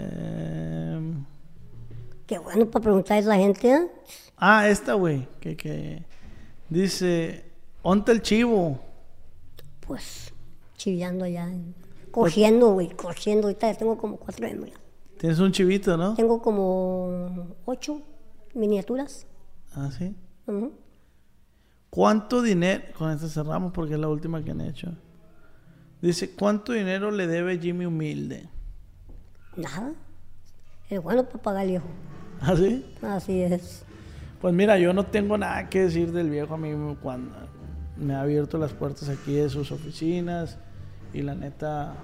Speaker 2: Em,
Speaker 3: Qué bueno para preguntar a esa gente, ¿eh?
Speaker 2: ah, esta, güey, que, que dice, onta el chivo.
Speaker 3: Pues, chillando allá. en- Cogiendo, güey, cogiendo. Ahorita ya tengo como cuatro de memoria.
Speaker 2: Tienes un chivito, ¿no?
Speaker 3: Tengo como ocho miniaturas.
Speaker 2: Ah, sí.
Speaker 3: Ujú.
Speaker 2: ¿Cuánto dinero? Con esta cerramos porque es la última que han hecho. Dice, ¿cuánto dinero le debe Jimmy Humilde?
Speaker 3: Nada. Es bueno para pagar el viejo.
Speaker 2: ¿Ah, sí?
Speaker 3: Así es.
Speaker 2: Pues mira, yo no tengo nada que decir del viejo a mí me- cuando me ha abierto las puertas aquí de sus oficinas y la neta,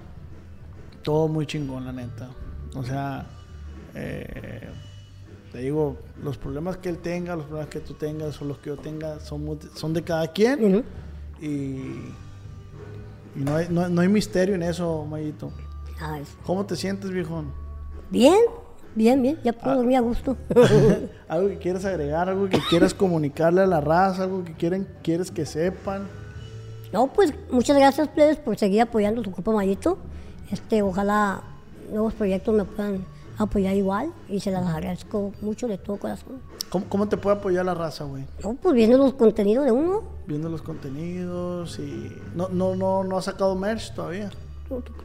Speaker 2: todo muy chingón, la neta. O sea, eh, te digo, los problemas que él tenga, los problemas que tú tengas o los que yo tenga son, mu- son de cada quien.
Speaker 3: Ujú.
Speaker 2: Y, y no, hay, no- no hay misterio en eso, Mayito.
Speaker 3: Nada, es-
Speaker 2: ¿Cómo te sientes, viejón?
Speaker 3: Bien, bien, bien. Ya puedo dormir a gusto.
Speaker 2: ¿Algo que quieres agregar? ¿Algo que quieras comunicarle a la raza? ¿Algo que quieren, quieres que sepan?
Speaker 3: No, pues muchas gracias, plebes, por seguir apoyando su Copa Mayito. Este, ojalá nuevos proyectos me puedan apoyar igual y se las agradezco mucho de todo corazón.
Speaker 2: ¿Cómo, cómo te puede apoyar la raza, güey?
Speaker 3: No, pues viendo los contenidos de uno,
Speaker 2: Viendo los contenidos y... No, no, no, no ha sacado merch todavía.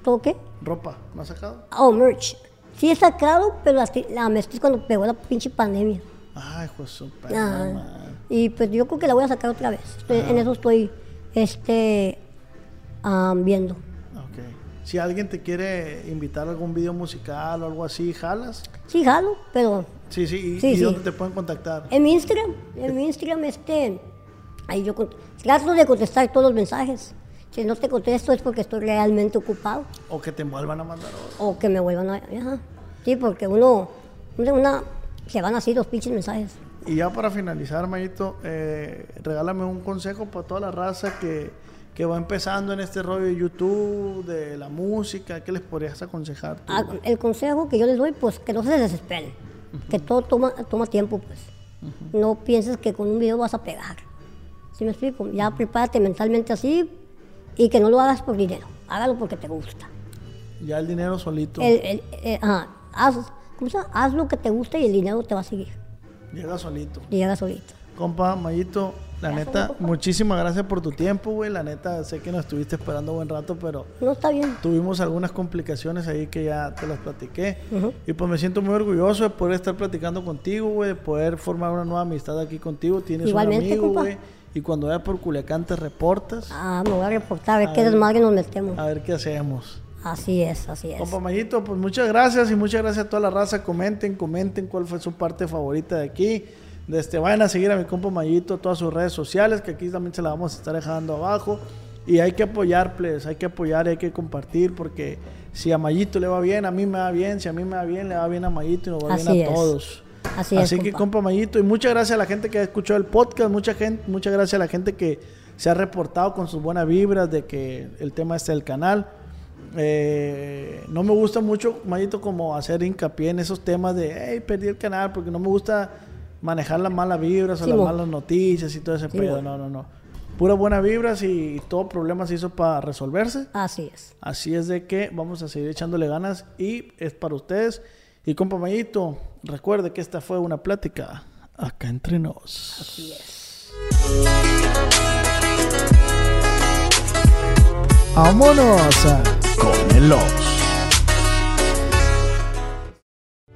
Speaker 3: ¿todo qué?
Speaker 2: Ropa, ¿no ha sacado?
Speaker 3: Oh, merch. Sí he sacado, pero la, ti- la mezclé cuando pegó la pinche pandemia.
Speaker 2: Ay, hijo de su
Speaker 3: Ajá.
Speaker 2: perra madre.
Speaker 3: Y pues yo creo que la voy a sacar otra vez. Estoy- en eso estoy este, ah, viendo.
Speaker 2: Ok. Si alguien te quiere invitar a algún video musical o algo así, ¿jalas?
Speaker 3: Sí, jalo, pero
Speaker 2: Sí, sí. ¿Y,
Speaker 3: Sí,
Speaker 2: y
Speaker 3: sí.
Speaker 2: dónde te pueden contactar?
Speaker 3: En mi Instagram, en mi Instagram, este, ahí yo cont- trato de contestar todos los mensajes. Si no te contesto es porque estoy realmente ocupado
Speaker 2: O que te vuelvan a mandar otro.
Speaker 3: o que me vuelvan a... ajá. Sí, porque uno, hombre, una, se van así los pinches mensajes.
Speaker 2: Y ya para finalizar, Mayito, eh, regálame un consejo para toda la raza que, que va empezando en este rollo de YouTube, de la música, ¿qué les podrías aconsejar? tú?
Speaker 3: Ah, el consejo que yo les doy, pues que no se desesperen, que todo toma, toma tiempo, pues. No pienses que con un video vas a pegar. ¿Sí me explico? Ya prepárate mentalmente así y que no lo hagas por dinero, hágalo porque te gusta.
Speaker 2: Ya el dinero solito
Speaker 3: El- el- eh, ajá, haz, ¿cómo se llama? Haz lo que te gusta y el dinero te va a seguir.
Speaker 2: llega solito.
Speaker 3: Y llega solito.
Speaker 2: Compa, Mayito, la neta, muchísimas gracias por tu tiempo, güey. La neta, sé que nos estuviste esperando buen rato, pero
Speaker 3: No está bien.
Speaker 2: tuvimos algunas complicaciones ahí que ya te las platiqué.
Speaker 3: Ujú.
Speaker 2: Y pues me siento muy orgulloso de poder estar platicando contigo, güey, de poder formar una nueva amistad aquí contigo. Tienes
Speaker 3: Igualmente,
Speaker 2: un amigo,
Speaker 3: compa.
Speaker 2: güey. Y cuando vayas por Culiacán te reportas
Speaker 3: Ah, me voy a reportar a ver
Speaker 2: A
Speaker 3: qué
Speaker 2: ver.
Speaker 3: desmadre nos metemos.
Speaker 2: a ver qué hacemos.
Speaker 3: Así es, así es.
Speaker 2: Compa Mayito, pues muchas gracias y muchas gracias a toda la raza. Comenten, comenten cuál fue su parte favorita de aquí. De este, vayan a seguir a mi compa Mayito, todas sus redes sociales, que aquí también se las vamos a estar dejando abajo. Y hay que apoyar, please, hay que apoyar, hay que compartir, porque si a Mayito le va bien, a mí me va bien, si a mí me va bien, le va bien a Mayito y nos va
Speaker 3: Así
Speaker 2: bien a
Speaker 3: es.
Speaker 2: todos.
Speaker 3: Así es,
Speaker 2: que,
Speaker 3: compa.
Speaker 2: compa Mayito, y muchas gracias a la gente que ha escuchado el podcast, mucha gente, muchas gracias a la gente que se ha reportado con sus buenas vibras de que el tema está del canal. Eh, no me gusta mucho, Mayito, como hacer hincapié en esos temas de, hey, perdí el canal, porque no me gusta manejar las malas vibras o
Speaker 3: Sí,
Speaker 2: las
Speaker 3: mo.
Speaker 2: malas noticias y todo ese
Speaker 3: Sí,
Speaker 2: pedo.
Speaker 3: mo.
Speaker 2: No, no, no. Pura buenas vibras y, todo problema se hizo para resolverse.
Speaker 3: Así es.
Speaker 2: Así es de que vamos a seguir echándole ganas y es para ustedes. Y compa Mayito, recuerde que esta fue una plática acá entre nos.
Speaker 3: Así es.
Speaker 2: ¡Vámonos!
Speaker 4: con el Ops.